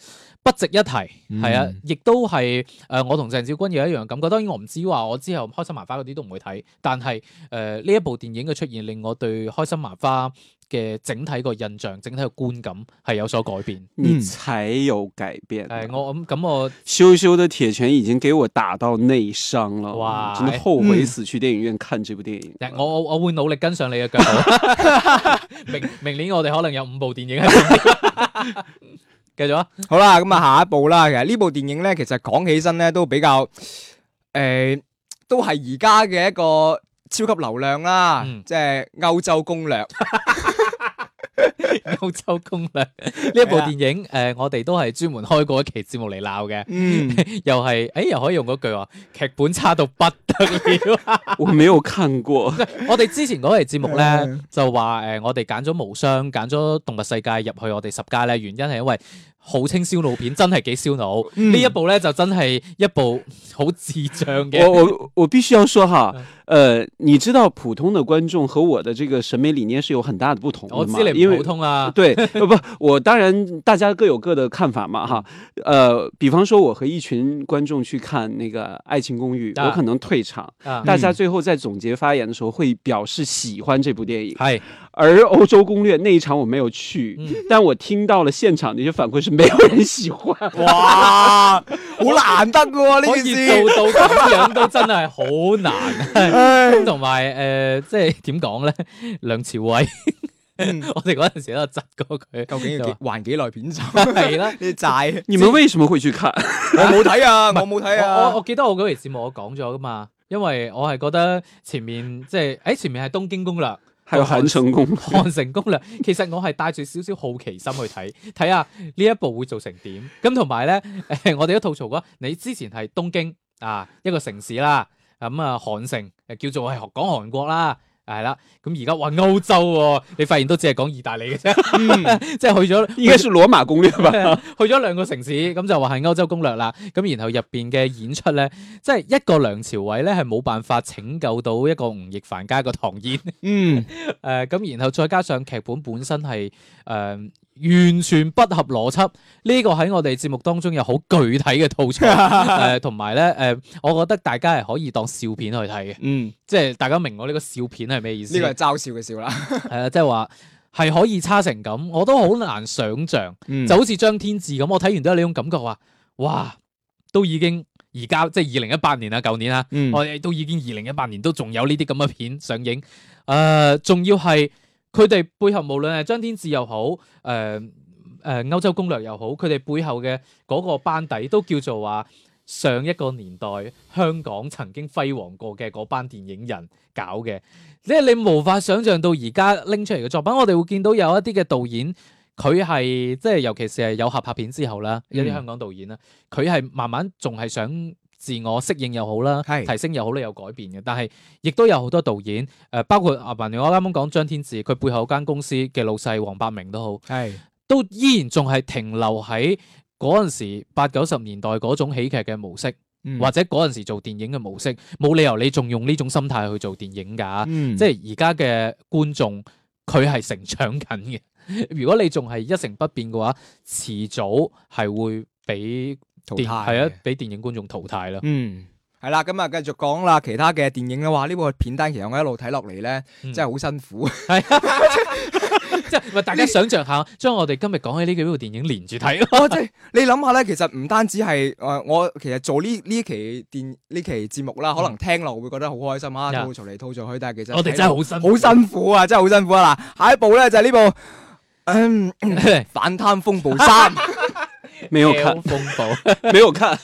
不值一提，係、啊
嗯，
亦都係誒、我同鄭少君有一樣感覺。當然我唔知話我之後開心麻花嗰啲都唔會睇，但係誒呢一部電影嘅出現，令我對開心麻花嘅整體個印象、整體嘅觀感係有所改變。誒、
你才有改变啊的。
我咁咁我
羞羞的铁拳已经给我打到内伤了，
哇
真的后悔
嗯
死去电影院看这部电影。
我我我會努力跟上你嘅腳步。明明年我哋可能有五部電影喺身邊繼續啊，
好啦，咁啊下一部啦，其實呢部電影咧，其實講起身咧都比較，誒，都係而家嘅一個超級流量啦
嗯，
即係歐洲攻略。
歐洲攻略呢一部
啊
電影，诶、我哋都係專門開過一期節目嚟鬧嘅，
嗯，
又係诶、誒又可以用嗰句話，劇本差到不得了。
我没有看过，
我哋之前嗰期節目
啊
咧
嗯
就話诶、誒我哋揀咗無雙，揀咗動物世界入去我哋十佳咧，原因係因為號稱燒腦片，真係幾燒腦。呢、
嗯
一部咧就真係一部好智障嘅
我。我我必须要说哈，
嗯
呃，你知道普通的观众和我的这个审美理念是有很大的不同
我
的嘛？
知你
因
唔
为
普通啊，
对，呃不，我当然大家各有各的看法嘛，哈。
嗯
呃，比方说，我和一群观众去看那个《爱情公寓》，
啊
我可能退场，
啊
大
嗯
家最后在总结发言的时候会表示喜欢这部电影。
係
而《欧洲攻略》那一场我没有去，
嗯
但我听到了现场的一些反馈是没有人喜欢。
哇，好難得嘅
可
喎呢件
以
事，
做到咁樣都真係好難。啊
唉
咁同埋誒，呃即係點講咧？梁朝偉，我哋嗰陣時都有窒過佢，
嗯究竟要幾
就
還幾耐 片酬？
係啦。
你債，
你们为什么会去看？
我冇睇啊，我冇睇
我我
啊
我，記得我嗰期節目我講咗噶嘛，因為我係覺得前面即係哎誒前面係東京攻略。
还有韩成功，
漢城攻略，其實我係帶住少少好奇心去睇，睇下呢一步會做成點。咁同埋咧，誒、 我哋都吐槽過，你之前係東京啊一個城市啦，咁啊韓城誒叫做係學講韓國啦。係啦，咁而家話歐洲喎、你發現都只係講意大利嘅啫，
嗯
即係去咗
应该是罗马攻略吧？
去咗兩個城市，咁就話係歐洲攻略啦。咁然後入邊嘅演出咧，即係一個梁朝偉咧係冇辦法拯救到一個吳亦凡加一個唐嫣。
嗯，
誒呃咁、然後再加上劇本本身係誒、呃完全不合邏輯，呢、個喺我哋節目當中有好具體嘅吐 槽，誒同埋咧誒，我覺得大家係可以當笑片去睇嘅，
嗯，
即係大家明我呢個笑片係咩意思？
呢個係嘲笑嘅笑啦，
係啊，即係話係可以差成咁，我都好難想像，
嗯
就好似張天志咁，我睇完都有呢種感覺話，哇，都已經而家即係二零一八年啦，舊年啊。
嗯
我哋都已經二零一八年都仲有呢啲咁嘅片上映，誒、仲要係佢哋背後無論係張天志又好，誒、誒、歐洲攻略又好，佢哋背後嘅嗰個班底都叫做話上一個年代香港曾經輝煌過嘅嗰班電影人搞嘅，即係你無法想像到而家拎出嚟嘅作品，我哋會見到有一啲嘅導演。佢係即係尤其是係有合拍片之後啦，有啲
嗯
香港導演啦，佢係慢慢仲係想自我適應又好啦，
係
提升又好啦，有改變嘅。但係亦都有好多導演，誒、包括阿文，我啱啱講張天志，佢背後有間公司嘅老細黃百鳴都好，
係，
都依然仲係停留喺嗰陣時八九十年代嗰種喜劇嘅模式，
嗯
或者嗰陣時做電影嘅模式，冇理由你仲用呢種心態去做電影㗎。
嗯
即係而家嘅觀眾，佢係成長緊嘅。如果你仲係一成不變嘅話，遲早係會俾
淘
電
汰
係
嘅
啊，俾電影觀眾淘 汰啦。
嗯，系啦，咁啊，繼續講啦，其他嘅電影啦，哇，呢部片單其實我一路睇落嚟咧，
嗯
真係好辛 苦，
即係喂大家想象下，將我哋今日講起呢幾部電影連住睇咯。
我哦即係你諗下咧，其實唔單止係诶，呃我其實做呢呢期電呢期節目啦，可能聽落會覺得好開心啊，
嗯
吐槽嚟吐槽去，但係其實
我哋真係好辛苦，
好辛苦啊，真係好辛苦啊！嗱，下一部咧就係呢部嗯 《
辛
反貪風暴三》，
没有看，
風暴。
没有看。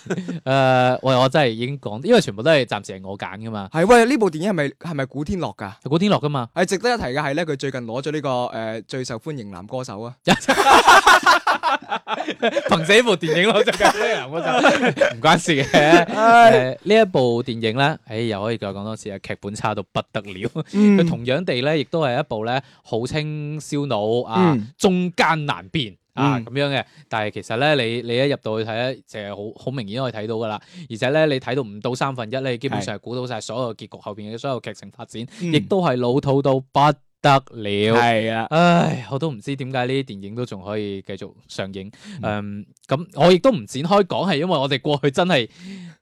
誒，喂，我真係已經講，因為全部都係暫時係我揀噶嘛，
係喂呢部電影係咪係咪古天樂㗎？
係古天樂噶嘛。
呃係值得一提嘅係咧，佢最近攞咗呢個诶最受歡迎男歌手啊，
憑死部電影攞獎嘅咧，我就 唔關事嘅。誒呢一部電影咧，誒又可以再講多次啊，劇本差到不得了。佢同樣地咧，亦都係一部咧號稱燒腦啊
嗯，
中間難辨。啊
嗯
咁樣嘅，但係其實咧，你你一入到去睇咧，就係好好明顯可以睇到噶啦，而且咧你睇到唔到三分一咧，你基本上係估嗯到晒所有結局後邊嘅所有劇情發展，亦都係老套到不得了。
系啊，
唉，我都唔知點解呢啲電影都仲可以繼續上映。嗯，咁、我亦都唔展開講，係因為我哋過去真係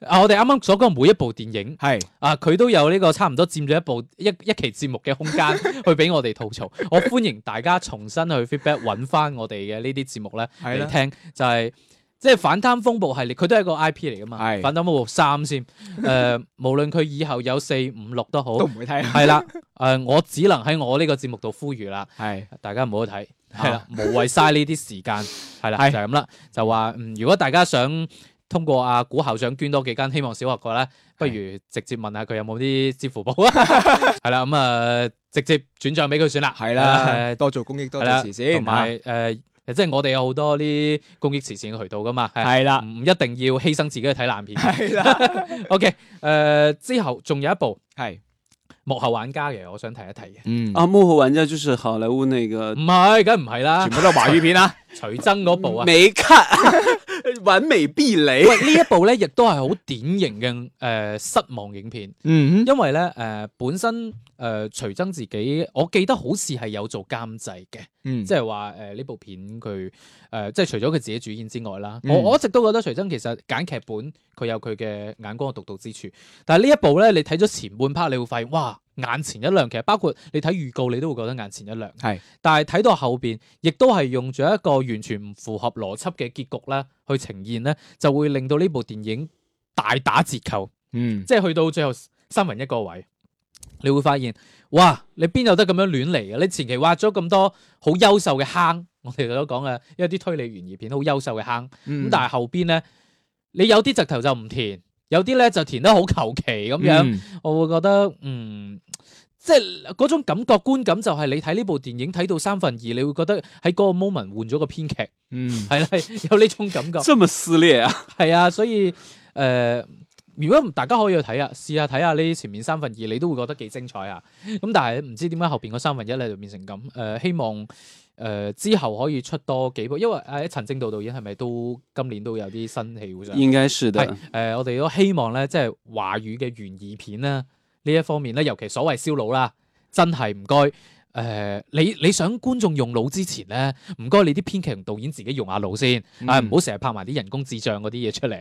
啊，我哋啱啱所講每一部電影
系
啊，佢都有呢個差唔多佔咗一部一一期節目嘅空間 去俾我哋吐槽。我歡迎大家重新去 feedback 揾翻我哋嘅呢啲節目咧
係
嚟
啦
聽，就係、即係反貪風暴系列，佢都係一個 I P 嚟噶嘛。
係
反貪風暴三 先，誒、無論佢以後有四五六都好
都，唔會睇，啊
係啦，誒、我只能喺我呢個節目度呼籲啦。
系
大家唔好去睇，係啦，無謂嘥呢啲時 間，係啦，
係
就係咁啦，就話嗯，如果大家想通過阿古校長捐多幾間希望小學嘅咧，不如直接問下佢有冇啲支付寶 啊，係啦，咁啊直接轉帳俾佢算啦，
系啦，
誒
多做公益多
係啦
做慈善，啊
同埋誒，即係我哋有好多啲公益慈善嘅渠道噶嘛，係
系啦，
唔一定要犧牲自己去睇爛片。
系啦，
OK，誒、之後仲有一部
系，
幕後玩家嘅，我想提一提嘅，
嗯，
啊，幕后玩家就是好莱坞那个
唔係，梗唔係啦
全，部都係華語片啦，
徐峥嗰部啊。
没看， 完美避雷。
喂，呢一部咧，亦都係好典型嘅誒、呃失望影片，
嗯
因為咧誒、呃本身誒、呃徐峥自己，我記得好似係有做監製嘅，
嗯
即係話誒呢部片佢誒、呃即係除咗佢自己主演之外啦，
嗯
我我一直都覺得徐峥其實揀劇本佢有佢嘅眼光嘅獨到之處，但係呢一部咧，你睇咗前半 part，你會發現哇眼前一亮，其實包括你睇預告，你都會覺得眼前一亮。
係，
但係睇到後邊，亦都係用咗一個完全唔符合邏輯嘅結局咧去呈現咧，就會令到呢部電影大打折扣，
嗯，
即係去到最後三分一個位。你會發現，哇！你邊有得咁樣亂嚟嘅？你前期挖咗咁多好優秀嘅坑， 我哋都講嘅，因為啲推理懸疑片好優秀嘅坑。咁
咁
但係後邊咧，你有啲直頭就唔填，有啲咧就填得好求其咁樣。
嗯
我會覺得嗯。即係嗰種感覺觀感就係你睇呢部電影睇到三分二，你會覺得喺嗰個 moment 換咗個編劇，
嗯，
係啦，有呢種感覺，
这么撕裂啊！
係啊，所以誒、呃如果唔大家可以去睇啊，試下睇下呢前面三分二，你都會覺得幾精彩啊。咁但係唔知點解後邊嗰三分一咧就變成咁，誒、希望誒、呃之後可以出多幾部，因為誒陳正道導演係咪都今年都有啲新戲會上？
应该是
係
的
誒、，我哋都希望咧，即係華語嘅懸疑片咧呢一方面咧，尤其所謂燒腦啦，真係唔該誒，你你想觀眾用腦之前咧，唔該你啲編劇同導演自己用下腦先，
嗯
啊唔好成日拍埋啲人工智障嗰啲嘢出 嚟，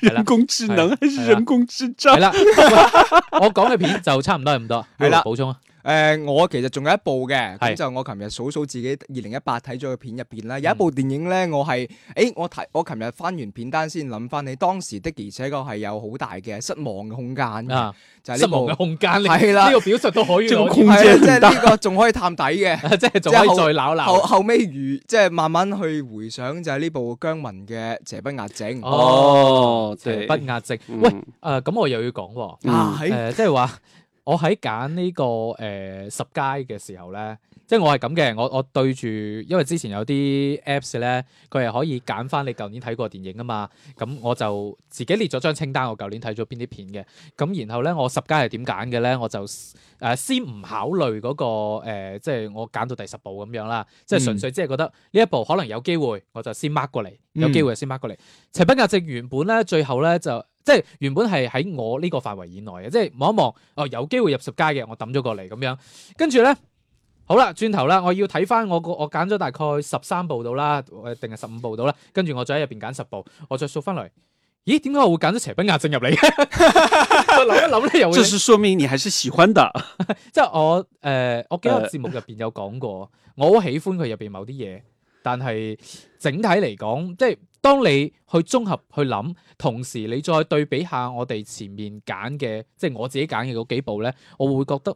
係啦
人工智能
哎
还是
哎呀
人工智障
係？啦，啊我講嘅片就差唔多係咁多，
係啦
Lulu 補充啊，
诶，我其實仲有一部嘅，
係嗯
咁就我琴日數數自己二零一八睇咗嘅片入边啦，有一部電影咧，我係诶，我睇我琴日翻完片單先諗翻起，當時的而且確係有好大嘅失望嘅空間嘅，
啊，
嗯就係
失
呢
望
部
嘅空間，你
係啦
呢個表述都可以
即係個
攞
空
啲，
係啊
間
即係
很大
呢個仲可以探底嘅。
即係仲可以
即係後
再鬧
後
鬧。
後尾如即係慢慢去回想，就係呢部姜文嘅《邪不壓正》
哦對
不壓正。
嗯
喂，誒咁我又要講喎。
啊，
誒、
喺
呃即係話我喺揀呢個誒、十佳嘅時候咧，即係我係咁嘅，我我對住，因為之前有啲 Apps 咧，佢係可以揀翻你舊年睇過嘅電影啊嘛，咁我就自己列咗張清單，我舊年睇咗邊啲片嘅，咁然後咧我十佳係點揀嘅咧，我就誒、先唔考慮嗰、個、誒即係我揀到第十部咁樣啦，即係純粹即係覺得呢一部可能有機會，我就先 mark 過嚟，有機會先 mark 過嚟。齊賓格值原本咧，最後咧就即係原本係喺我呢個範圍以內嘅，即係望一望，哦有機會入十佳嘅，我抌咗過嚟咁樣。跟住咧，好啦，轉頭啦，我要睇翻我個我揀咗大概十三部到啦，誒定係十五部到啦，跟住我再喺入邊揀十部，我再數翻嚟。咦？點解我會揀咗齊賓格正入嚟？ 我諗一諗咧，又 會
这是说明你还是喜欢的。
即係我誒、呃我記得節目入邊有講過，我好喜歡佢入邊某啲嘢，但係整體嚟講，即係當你去綜合去諗，同時你再對比下我哋前面揀嘅，即係我自己揀嘅嗰幾部咧，我會覺得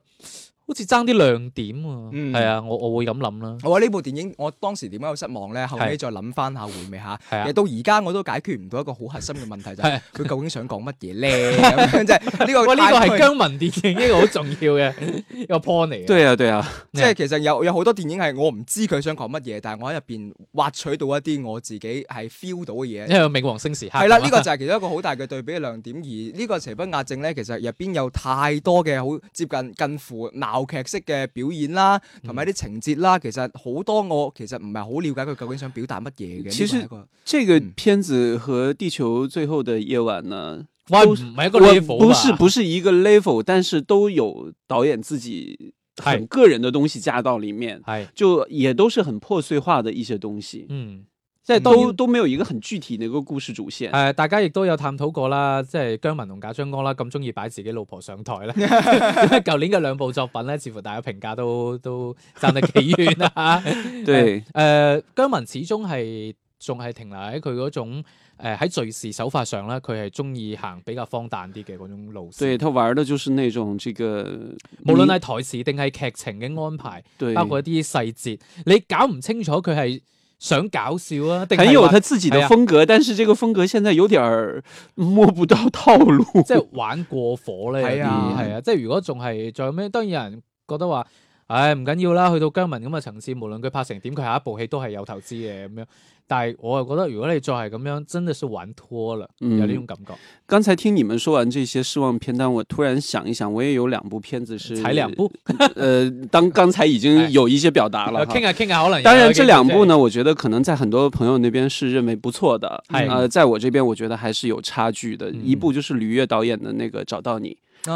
好似爭啲亮點喎。
嗯
係啊，我我會咁諗啦。
我話呢部電影，我當時點解好失望咧？後尾
係
再諗翻下回味下，其
係啊
實到而家我都解決唔到一個好核心嘅問題，就係
係
佢究竟想講乜嘢咧？咁樣即係呢個
喂，呢個
太
係姜文電影一個好重要嘅一個 point 嚟嘅。
对啊，对啊，
即係其實有有好多電影係我唔知佢想講乜嘢，但係我喺入邊挖取到一啲我自己係 feel 到 嘅嘢
因。為《冥王星時刻》
係啦，
咁
呢個就係其中一個好大嘅對比嘅亮點。而呢個邪不壓正咧，其實入邊有太多嘅好接近近乎鬧劇式嘅表演啦，同埋啲情節啦，其實好多我其實唔係好了解佢究竟想表達乜嘢嘅。
其實
呢個係一個
这个
嗯
片子和《地球最后的夜晚》呢，
喂
都
唔係一個
我
level
不是
吧
不是一个 level，但是都有导演自己
嗨
很个人的东西加到里面，
係
就也都是很破碎化的一些东西，
嗯。哎
在
当
都
然
都没有一个很具体的一个故事主线
誒、。呃大家亦都有探討過啦，即係姜文同賈樟柯啦，咁中意擺自己老婆上台咧。 舊年嘅兩部作品咧，似乎大家評價都都爭得幾遠啦。
对
誒、姜文始終係仲係停留喺佢嗰種誒喺敘事手法上咧，佢係中意行比較荒誕啲嘅嗰種路線。
对，他玩的就是那种这个，
無論係台詞定係劇情嘅安排，
对，
包括一啲細節，你搞唔清楚佢係想搞笑啊，定
很
係
有
話
他自己
哎
的
呀
风格，但是这个风格现在有点儿摸不到套路。
即係玩過火咧，
係
有
啊
啲係啊，即係如果仲係再咩，當然有人覺得話，唉唔緊要啦，去到姜文咁嘅層次，無論佢拍成點，佢下一部戲都係有投資嘅咁樣。但係我又覺得，如果你再係咁樣，真的是玩拖啦，
嗯
有呢種感覺。
刚才听你们说完这些失望片单，我突然想一想，我也有两部片子是
踩兩步，
呃，当刚才已
哎
经有一些表达了哈。
傾下傾下，可啊能有
当然，
一
这
個
两
即係
部呢，我觉得可能在很多朋友那边是认为不错的，
哎
呃，在我这边我觉得还是有差距的。
嗯
一部就是吕越导演的那个《找到你
啊，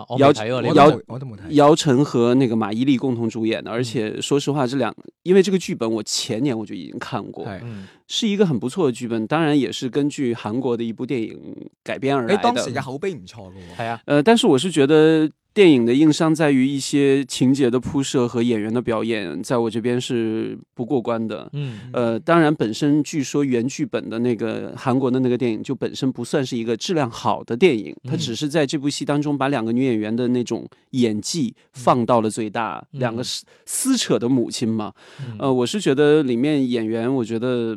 啊，我
有
冇睇喎
我
呢
都
部
有
冇我都冇》，睇。
姚晨和那个马伊琍共同
嗯
主演的，而且说实话，这两因为这个剧本我前年我就已经看过，
係
嗯
是一个很不错的剧本，当然也是根据韓國的一部電影改編而
你
来
哎
當
的
時。嘅口碑唔錯嘅喎，
係啊，
呃，但是我是觉得电影的硬伤在于一些情节的铺设和演员的表演，在我这边是不过关的。
嗯
呃，当然，本身据说原剧本的那个韩国的那个电影，就本身不算是一个质量好的电影，它
嗯
只是在这部戏当中把两个女演员的那种演技放到了最大，
嗯
两个撕撕扯的母亲嘛，
嗯
呃，我是觉得里面演员，我觉得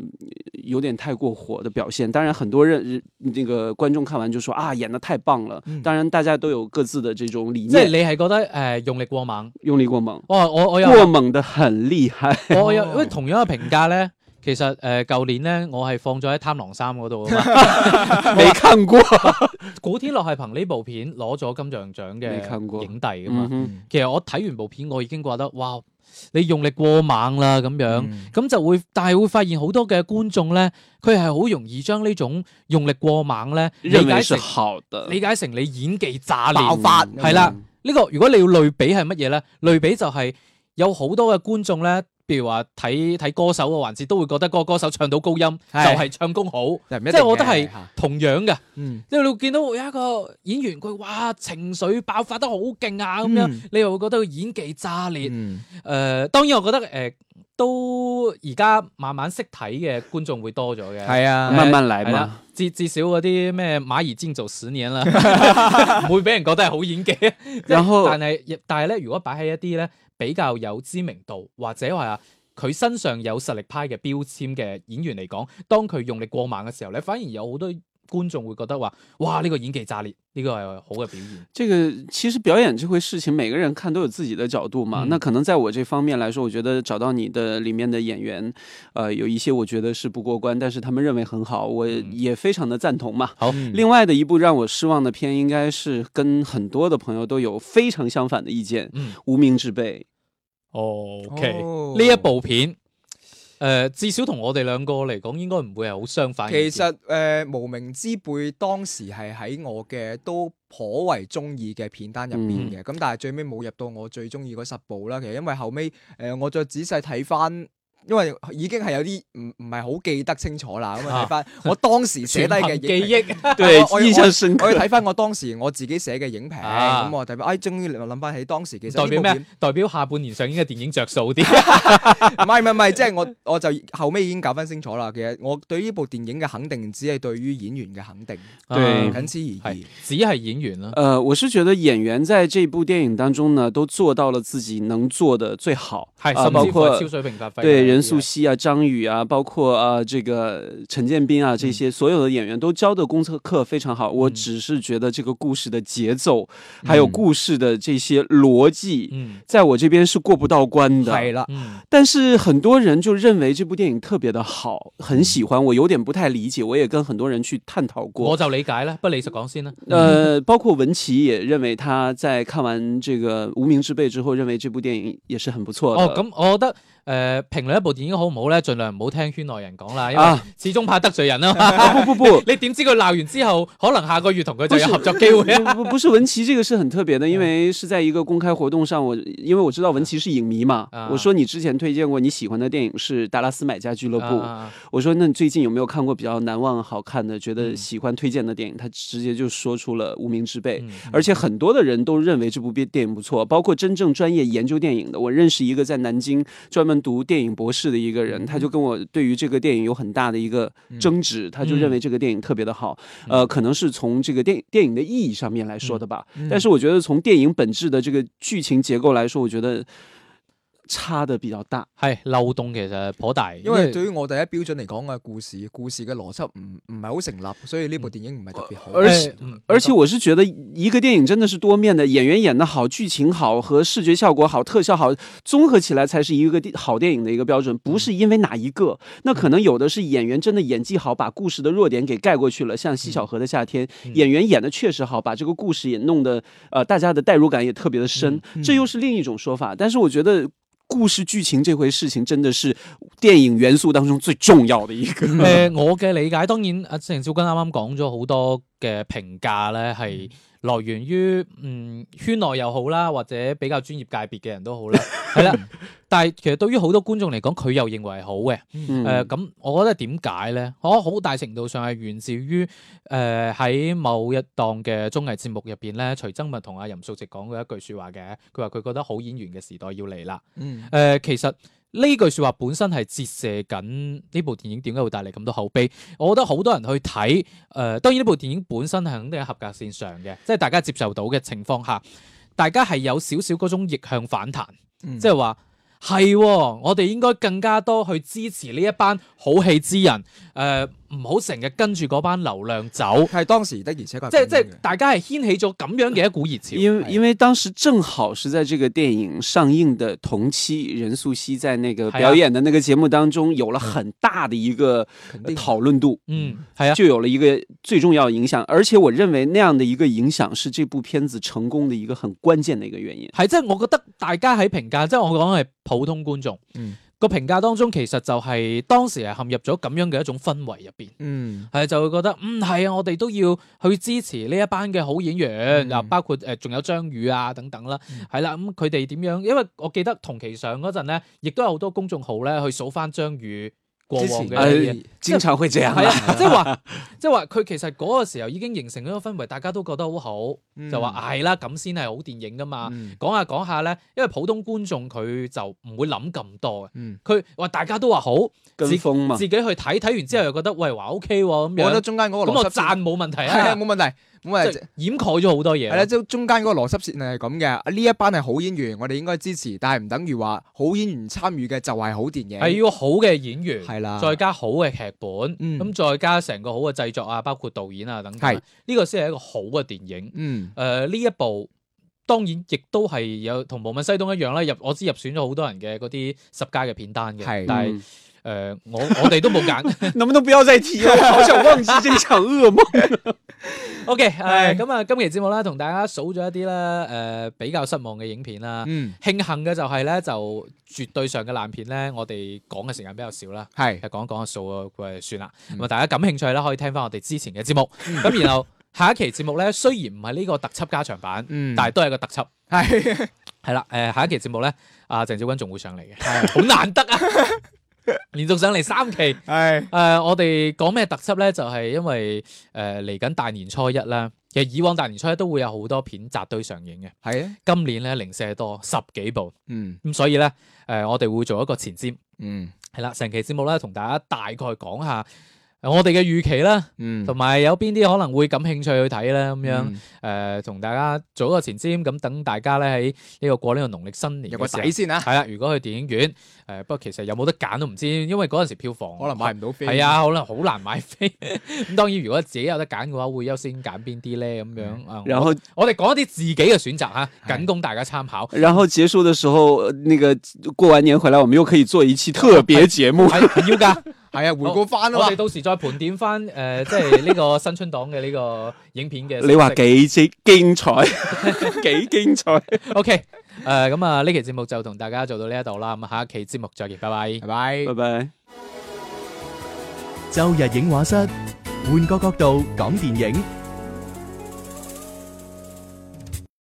有点太过火的表现。当然，很多人那个观众看完就说啊，演的太棒了。
嗯
当然，大家都有各自的这种理
即係
念，
你係覺得誒用力過猛，
用力过猛，
哦，我我有
过猛的很厉 害。
我我有
哦
因為同樣嘅評價咧，其實誒舊年咧，我係放咗喺《貪狼三》嗰度啊嘛。
没看过，
古天樂係憑呢部片攞咗金像獎
未看
嘅
過
影帝噶嘛
嗯。哼，
其實我睇完部片，我已經覺得哇，你用力過猛啦咁樣，
嗯
咁、就會，但係會發現好多嘅觀眾咧，佢係好容易將呢種用力過猛咧理
认为
解
是
成
好的，
理解成你演技炸裂。
爆
呢、
發
嗯
係啦，個如果你要類比係乜嘢咧？類比就係有好多嘅觀眾咧。譬如話睇睇歌手嘅環節，都會覺得嗰個歌手唱到高音就
係
係唱功好，
但唔一
即
定
係我覺得
嘅
係
嚇
同樣嘅。
嗯
即係你會見到有一個演員佢哇情緒爆發得好勁啊咁樣，
嗯
你又會覺得佢演技炸裂。誒、
嗯
當然我覺得誒、呃都而家慢慢識睇嘅觀眾會多咗嘅。
係啊，
慢慢來
係啦
嘛。，
至至少嗰啲咩馬兒精做十年啦， 唔會俾人覺得係好演技。
然
哦
後
但係但係咧，如果擺喺一啲咧比較有知名度或者話啊佢身上有實力派嘅標籤嘅演員嚟講，當佢用力過猛嘅時候咧，反而有好多觀眾會覺得話：哇！呢、個演技炸裂，呢、個係好嘅表現。
这个其实表演这回事情，每个人看都有自己的角度嘛。
嗯
那可能在我这方面来说，我觉得找到你的里面的演员，呃，有一些我觉得是不过关，但是他们认为很好，我
嗯
也非常的赞同嘛。
好
嗯
另外的一部让我失望的片，应该是跟很多的朋友都有非常相反的意见，
嗯
无名之辈》。
，OK，呢、
哦
一部片。誒、至少同我哋兩個嚟講，應該唔會係好相反嘅意見。
其實誒、呃無名之輩當時係喺我嘅都頗為中意嘅片單入
嗯
邊嘅，咁、但係最尾冇入到我最中意嗰十部啦。其實因為後尾誒、呃我再仔細睇翻因為已經係有啲唔唔係好記得清楚啦。咁啊睇翻我當時寫低嘅
全憑
影
記
評，
憶，
对
我我
印象 深
我
刻
要。睇翻我當時我自己寫嘅影評，
啊
咁我睇翻，哎，終於諗翻起當時其實
代
呢
表
部
咩
片？
代表下半年上映嘅電影着數啲。
唔係唔係唔係，即係我 我就後尾已經搞翻清楚啦。其實我對呢部電影嘅肯定，只係對於演員嘅肯定，
對
嗯
僅此而
係
已。
只係演員啦。
呃，我是觉得演员在这部电影当中呢，都做到了自己能做的最好，
係，
啊、
甚
包
至乎係
括
超水平發揮。
对任素汐啊、张宇啊，包括啊这个陈建斌啊，这些所有的演员都教的功课非常好。我
嗯
只是觉得这个故事的节奏，还有故事的这些逻辑，
嗯
在我这边是过不到关的。
係啦，
嗯
但是很多人就认为这部电影特别的好，很
嗯
喜欢。我有点不太理解，我也跟很多人去探讨
我
过。
就理解啦，不過你就講先啦。
呃，包括文琪也认为他在看完这个《无名之辈》之后，认为这部电影也是很不错的。
哦， 咁我覺得誒、呃、評論一部電影好唔好咧，盡量唔好聽圈內人講啦，因為
啊，
始終怕得罪人啊 嘛。
不不不，
你點知佢鬧完之後，可能下個月同佢就有合 作機會啊？
不不不是文琪这个是很特别的，因为是在一个公开活动上，我因为我知道文琪是影迷嘛，
啊
我说你之前推荐过你喜欢的电影是《达拉斯买家俱乐部》，
啊啊啊
我说那你最近有没有看过比较难忘、好看的，觉
嗯
得喜欢推荐的电影？他直接就说出了《无名之辈》
嗯
而且很多的人都认为这部电电影不错，包括真正专业研究电影的。我认识一个在南京专门读电影博士的一个
嗯
人，他就跟我对于这个电影有很大的一个争执，他就认
嗯
为这个电影特别的好。呃，可能是从这个电电影的意义上面来
嗯
说的吧，但是我觉得从电影本质的这个剧情结构来说，我觉得差的比较大。
係漏洞其實頗大，
因為對於我第一標準嚟講嘅故事，故事嘅邏輯唔唔係好成立，所以呢部電影唔係特別好。
而且
呃嗯
而且我是觉得一个电影真的是多面的，演员演得好，剧情好和视觉效果好、特效好，综合起来才是一个电好电影的一个标准，不是因为哪一个。那可能有的是演员真的演技好，把故事的弱点给盖过去了，像《西小河的夏天》演员演的确实好，把这个故事也弄得呃大家的代入感也特别的深，这又是另一种说法。但是我觉得。故事剧情这回事情真的是电影元素当中最重要的一个。
誒、呃我嘅理解當然，阿鄭少君啱啱講咗好多嘅評價咧，係來源於嗯圈內又好啦，或者比較專業界別嘅人都好啦，係啦。但係其實對於好多觀眾嚟講，佢又認為係好嘅。
嗯
誒咁、我覺得點解咧？我好大程度上係源自於誒喺某一檔嘅綜藝節目入邊咧，徐崢咪同阿任素汐講過一句説話嘅，佢話佢覺得好演員嘅時代要嚟啦。
嗯
誒、其實呢句説話本身係折射緊呢部電影點解會帶嚟咁多口碑。我覺得好多人去睇誒、呃當然呢部電影本身係肯定喺合格線上嘅，即係大家接受到嘅情況下，大家係有少少嗰種逆向反彈，
嗯
即係話。係喎、我哋應該更加多去支持呢一班好戲之人，誒唔好成日跟住嗰班流量走，
係當時的，而且佢係
即係即
啊咁樣
係
嘅嗯
大家係掀起咗咁樣嘅一股熱潮。
因为因为当时正好是在这个电影上映的同期，任素汐在那个
哎呀
表演的那个节目当中有了很大的一个
肯
呃
定
讨论度，
嗯，係啊，
就有了一个最重要的影响。而且我认为那样的一个影响是这部片子成功的一个很关键的一个原因。
係即係我覺得大家喺評價，即係我講係普通觀眾，
嗯
個評價當中其實就係當時係陷入咗咁樣嘅一種氛圍入邊。
嗯
係就會覺得嗯係啊，我哋都要去支持呢一班嘅好演員，啊、
嗯
包括誒仲、有張宇啊等等啦，係啦、咁佢哋點樣？因為我記得同期上嗰陣咧，亦都有好多公眾號咧去數翻張宇過
之
往
前
嘅
哎
嘢
呀。经常会这
哎
哎样
係
的。
啊， 即係話，即係話佢其實嗰個時候已經形成咗個氛圍，大家都覺得好好，就話啊係啦，咁先係好電影噶嘛。
嗯
講下講下咧，因為普通觀眾佢就唔會諗咁多嘅，
嗯，
佢話大家都話好，
跟
自
风嘛
自己去睇，睇完之後又覺得喂話 OK 喎咁
啊我覺
樣，
得中間嗰個
咁
邏
我
輯線
讚冇問題
係啊，
啊，
冇問題，冇問
即
題
係。掩蓋咗好多嘢
係啦，。即係中間嗰個邏輯線係咁嘅。呢一班係好演員，我哋應該支持，但係唔等於話好演員參與嘅就係好電影。
係要好嘅演員，
係啦
再加好嘅劇本，咁、
嗯
再加成個好嘅製作啊，包括導演啊等等
係，
呢個先係一個好嘅電影。呃
嗯
誒呢、一部當然亦都係有同《無問西東》一樣啦，入我知入選咗好多人嘅嗰啲十佳嘅片單嘅
係，
但係
嗯
誒、呃我我哋都冇 揀。
能不能不要再提了？我好想忘记这场噩梦。
OK，誒、
係
咁啊，今期節目啦，同大家數咗一啲啦，誒、呃比較失望嘅影片啦。
嗯，
慶幸嘅就係咧，就絕對上嘅爛片咧，我哋講嘅時間比較少啦。
係
係講一講個數啊，誒算啦。
嗯
咁啊，大家感興趣啦，可以聽翻我哋之前嘅節目。咁然後下一期節目咧，雖然唔係呢個特輯加長版，
嗯
但係都係一個特輯。
係
係啦，誒下一期節目咧，阿鄭少君仲會上嚟嘅，好難得啊！連續上嚟三期。
係
誒、我哋講咩特輯咧？就係、因為誒嚟緊大年初一啦。其實以往大年初一都會有好多片扎堆上映嘅，
係啊，
今年咧零舍多，十幾部。
嗯
咁所以咧，誒、我哋會做一個前瞻，
嗯
係啦，成期節目咧同大家大概講下呃我哋嘅預期啦，
嗯，
同埋有邊啲可能會感興趣去睇咧咁樣。
嗯
誒同、大家做一個前瞻，咁等大家咧喺呢個過呢個農曆新年
有個
嘅時候
底先啊，
係啦，如果去電影院，誒、不過其實有冇得揀都唔知，因為嗰陣時票房
可能買唔到飛。
係，啊，可能好難買飛。 咁當然，如果自己有得揀嘅話，會優先揀邊啲咧？咁樣啊，
然后，
我我哋講一啲自己嘅選擇嚇，
嗯係
僅供大家參考。
然后结束的时候，呃那个过完年回来，我们又可以做一期特别节目。
係唔要㗎，
係啊，回顧翻啊
我哋
嘛，
到時再盤點翻誒、即係呢個新春檔嘅呢個影片嘅成績。
你话几精精彩， 几精彩。
OK？誒咁啊，呢期節目就同大家做到呢一度啦。咁啊下一期節目再見，拜拜
拜。拜
拜。拜。
周日影画室，換個角度講電影。